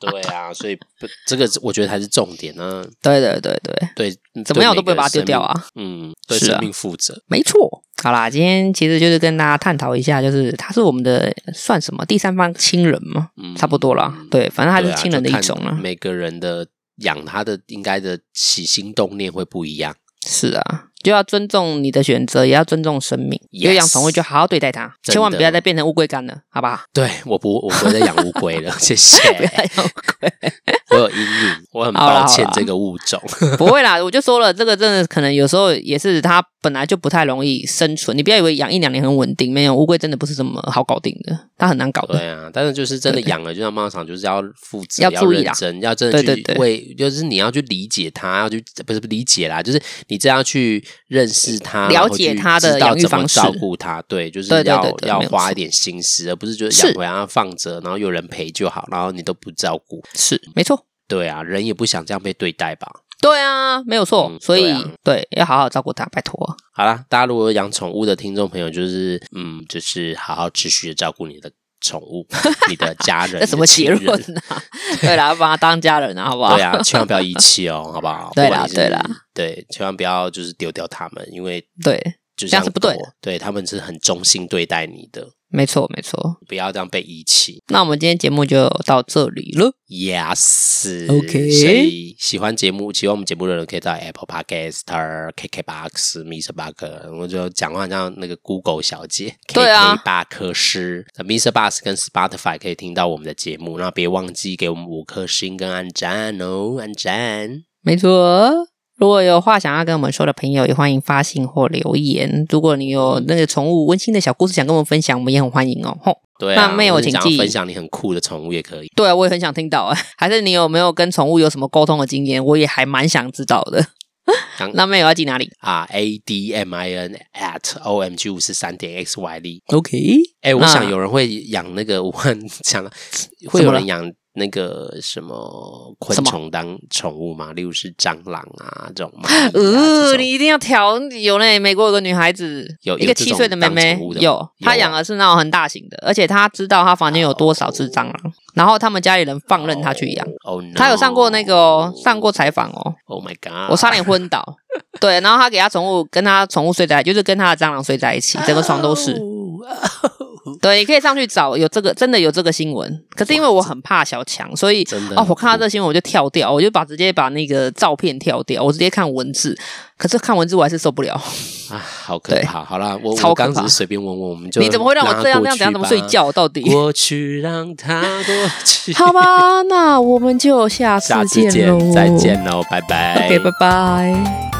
[SPEAKER 1] 对啊，所以不这个我觉得才是重点呢、
[SPEAKER 2] 对对对对，
[SPEAKER 1] 对，
[SPEAKER 2] 怎么样我
[SPEAKER 1] 对
[SPEAKER 2] 都不会
[SPEAKER 1] 每个
[SPEAKER 2] 把它丢
[SPEAKER 1] 生
[SPEAKER 2] 掉
[SPEAKER 1] 命。
[SPEAKER 2] 啊，
[SPEAKER 1] 嗯，对
[SPEAKER 2] 是啊
[SPEAKER 1] 生命负责。
[SPEAKER 2] 没错。好啦，今天其实就是跟大家探讨一下，就是它是我们的算什么第三方亲人嘛，
[SPEAKER 1] 嗯
[SPEAKER 2] 差不多啦。
[SPEAKER 1] 嗯
[SPEAKER 2] 对，反正它
[SPEAKER 1] 对
[SPEAKER 2] 是
[SPEAKER 1] 啊
[SPEAKER 2] 亲人的
[SPEAKER 1] 就
[SPEAKER 2] 一
[SPEAKER 1] 看
[SPEAKER 2] 种啦。
[SPEAKER 1] 每个人的养他的应该的起心动念会不一样。
[SPEAKER 2] 是啊，就要尊重你的选择，也要尊重生命。
[SPEAKER 1] Yes
[SPEAKER 2] 有养宠物就好好对待它，
[SPEAKER 1] 真的
[SPEAKER 2] 千万不要再变成乌龟干了，好不 好？
[SPEAKER 1] 对，我不，我不会再养乌龟 了，谢谢。
[SPEAKER 2] 不要再养乌龟。
[SPEAKER 1] 我有阴影，我很
[SPEAKER 2] 好啦
[SPEAKER 1] 抱歉
[SPEAKER 2] 好啦
[SPEAKER 1] 这个物种。
[SPEAKER 2] 不会啦，我就说了，这个真的可能有时候也是它本来就不太容易生存。你不要以为养一两年很稳定，没有乌龟真的不是这么好搞定的，它很难搞 的。
[SPEAKER 1] 对啊，但是就是真的养了，就像猫场，就是要负责，
[SPEAKER 2] 要注意
[SPEAKER 1] 认
[SPEAKER 2] 啦
[SPEAKER 1] 真，要真的
[SPEAKER 2] 对
[SPEAKER 1] 去
[SPEAKER 2] 对对
[SPEAKER 1] 为，就是你要去理解它，要去不是不理解啦，就是你这样去认识它，
[SPEAKER 2] 了
[SPEAKER 1] 然后
[SPEAKER 2] 解
[SPEAKER 1] 去
[SPEAKER 2] 它的
[SPEAKER 1] 知道
[SPEAKER 2] 养育
[SPEAKER 1] 怎么
[SPEAKER 2] 方式
[SPEAKER 1] 照顾它。对，就是要
[SPEAKER 2] 对对对对
[SPEAKER 1] 要
[SPEAKER 2] 没有
[SPEAKER 1] 花
[SPEAKER 2] 错
[SPEAKER 1] 一点心思，而不是就是
[SPEAKER 2] 是
[SPEAKER 1] 养回来然后放着，然后有人陪就好，然后你都不照顾。
[SPEAKER 2] 是，没错。
[SPEAKER 1] 对啊，人也不想这样被对待吧。
[SPEAKER 2] 对啊，没有错。
[SPEAKER 1] 嗯
[SPEAKER 2] 所以
[SPEAKER 1] 对啊
[SPEAKER 2] 对，要好好照顾它，拜托。
[SPEAKER 1] 好啦，大家如果有养宠物的听众朋友，就是嗯，就是好好持续的照顾你的宠 物、你的家人。
[SPEAKER 2] 那什么
[SPEAKER 1] 你
[SPEAKER 2] 结
[SPEAKER 1] 的亲人
[SPEAKER 2] 论啊？ 对啦，把它当家人啊，好不好？
[SPEAKER 1] 对啊，千万不要遗弃哦，好不好？
[SPEAKER 2] 对
[SPEAKER 1] 不
[SPEAKER 2] 啦
[SPEAKER 1] 管你是
[SPEAKER 2] 对啦，
[SPEAKER 1] 对，千万不要就是丢掉它们，因为
[SPEAKER 2] 对
[SPEAKER 1] 就
[SPEAKER 2] 这
[SPEAKER 1] 像
[SPEAKER 2] 样是不对的
[SPEAKER 1] 狗，对他们是很忠心对待你的，
[SPEAKER 2] 没错没错。
[SPEAKER 1] 不要这样被遗弃。
[SPEAKER 2] 那我们今天节目就到这里了。
[SPEAKER 1] Yes。
[SPEAKER 2] OK
[SPEAKER 1] 所以喜欢节目，喜欢我们节目的人可以到 Apple Podcast、KKBox、Mr. Bug，我就讲话很像那个 Google 小姐，
[SPEAKER 2] 对啊
[SPEAKER 1] KK 巴克斯、Mr. Bus 跟 Spotify 可以听到我们的节目，那别忘记给我们五颗星跟按赞哦，按赞。
[SPEAKER 2] 没错。如果有话想要跟我们说的朋友，也欢迎发信或留言。如果你有那个宠物温馨的小故事想跟我们分享，我们也很欢迎哦。吼，
[SPEAKER 1] 对啊，
[SPEAKER 2] 那妹我
[SPEAKER 1] 或是
[SPEAKER 2] 请
[SPEAKER 1] 想要
[SPEAKER 2] 记
[SPEAKER 1] 分享你很酷的宠物也可以。
[SPEAKER 2] 对啊，我也 很想听到哎，还是你有没有跟宠物有什么沟通的经验？我也还蛮想知道的
[SPEAKER 1] 当。
[SPEAKER 2] 那妹有要寄哪里
[SPEAKER 1] 啊，A D M I N at O M G 五十三点 X Y D。
[SPEAKER 2] ？OK，
[SPEAKER 1] 哎、我
[SPEAKER 2] 那
[SPEAKER 1] 想有人会养那个，我很想会
[SPEAKER 2] 怎
[SPEAKER 1] 有
[SPEAKER 2] 么了
[SPEAKER 1] 人养那个什么昆
[SPEAKER 2] 什么
[SPEAKER 1] 虫当宠物吗？例如是蟑螂啊这种 蚂蚁啊。
[SPEAKER 2] 呃，
[SPEAKER 1] 这种
[SPEAKER 2] 你一定要调有那美国有个女孩子，
[SPEAKER 1] 有
[SPEAKER 2] 一个
[SPEAKER 1] 有这
[SPEAKER 2] 七
[SPEAKER 1] 种
[SPEAKER 2] 岁的妹妹
[SPEAKER 1] 当宠物，的吗
[SPEAKER 2] 有她
[SPEAKER 1] 有啊
[SPEAKER 2] 养的是那种很大型的，而且她知道她房间有多少只蟑螂，然后他们家里人放任她去养。
[SPEAKER 1] 哦、no，
[SPEAKER 2] 她有上过那个哦，上过采访哦，
[SPEAKER 1] Oh my god！
[SPEAKER 2] 我差点昏倒。对，然后她给她宠物跟她宠物睡在，就是跟她的蟑螂睡在一起，整个床都是。
[SPEAKER 1] 哦
[SPEAKER 2] 对，你可以上去找有这个，真的有这个新闻。可是因为我很怕小强，所 以
[SPEAKER 1] 真的
[SPEAKER 2] 哦，我看到这新闻我就跳掉，我就把直接把那个照片跳掉，我直接看文字。可是看文字我还是受不了，
[SPEAKER 1] 啊，好可
[SPEAKER 2] 对
[SPEAKER 1] 怕！好啦，我
[SPEAKER 2] 超
[SPEAKER 1] 我
[SPEAKER 2] 可
[SPEAKER 1] 刚只
[SPEAKER 2] 怕
[SPEAKER 1] 是随便问问，我们就
[SPEAKER 2] 你怎么会让我
[SPEAKER 1] 它
[SPEAKER 2] 这样这
[SPEAKER 1] 过
[SPEAKER 2] 样怎样
[SPEAKER 1] 去
[SPEAKER 2] 怎么
[SPEAKER 1] 吧
[SPEAKER 2] 睡？觉？到 底？
[SPEAKER 1] 过去让它过去。
[SPEAKER 2] 好 吧，那我们就下次
[SPEAKER 1] 下次
[SPEAKER 2] 见喽，
[SPEAKER 1] 见，再见喽，拜拜。
[SPEAKER 2] ，OK，拜拜。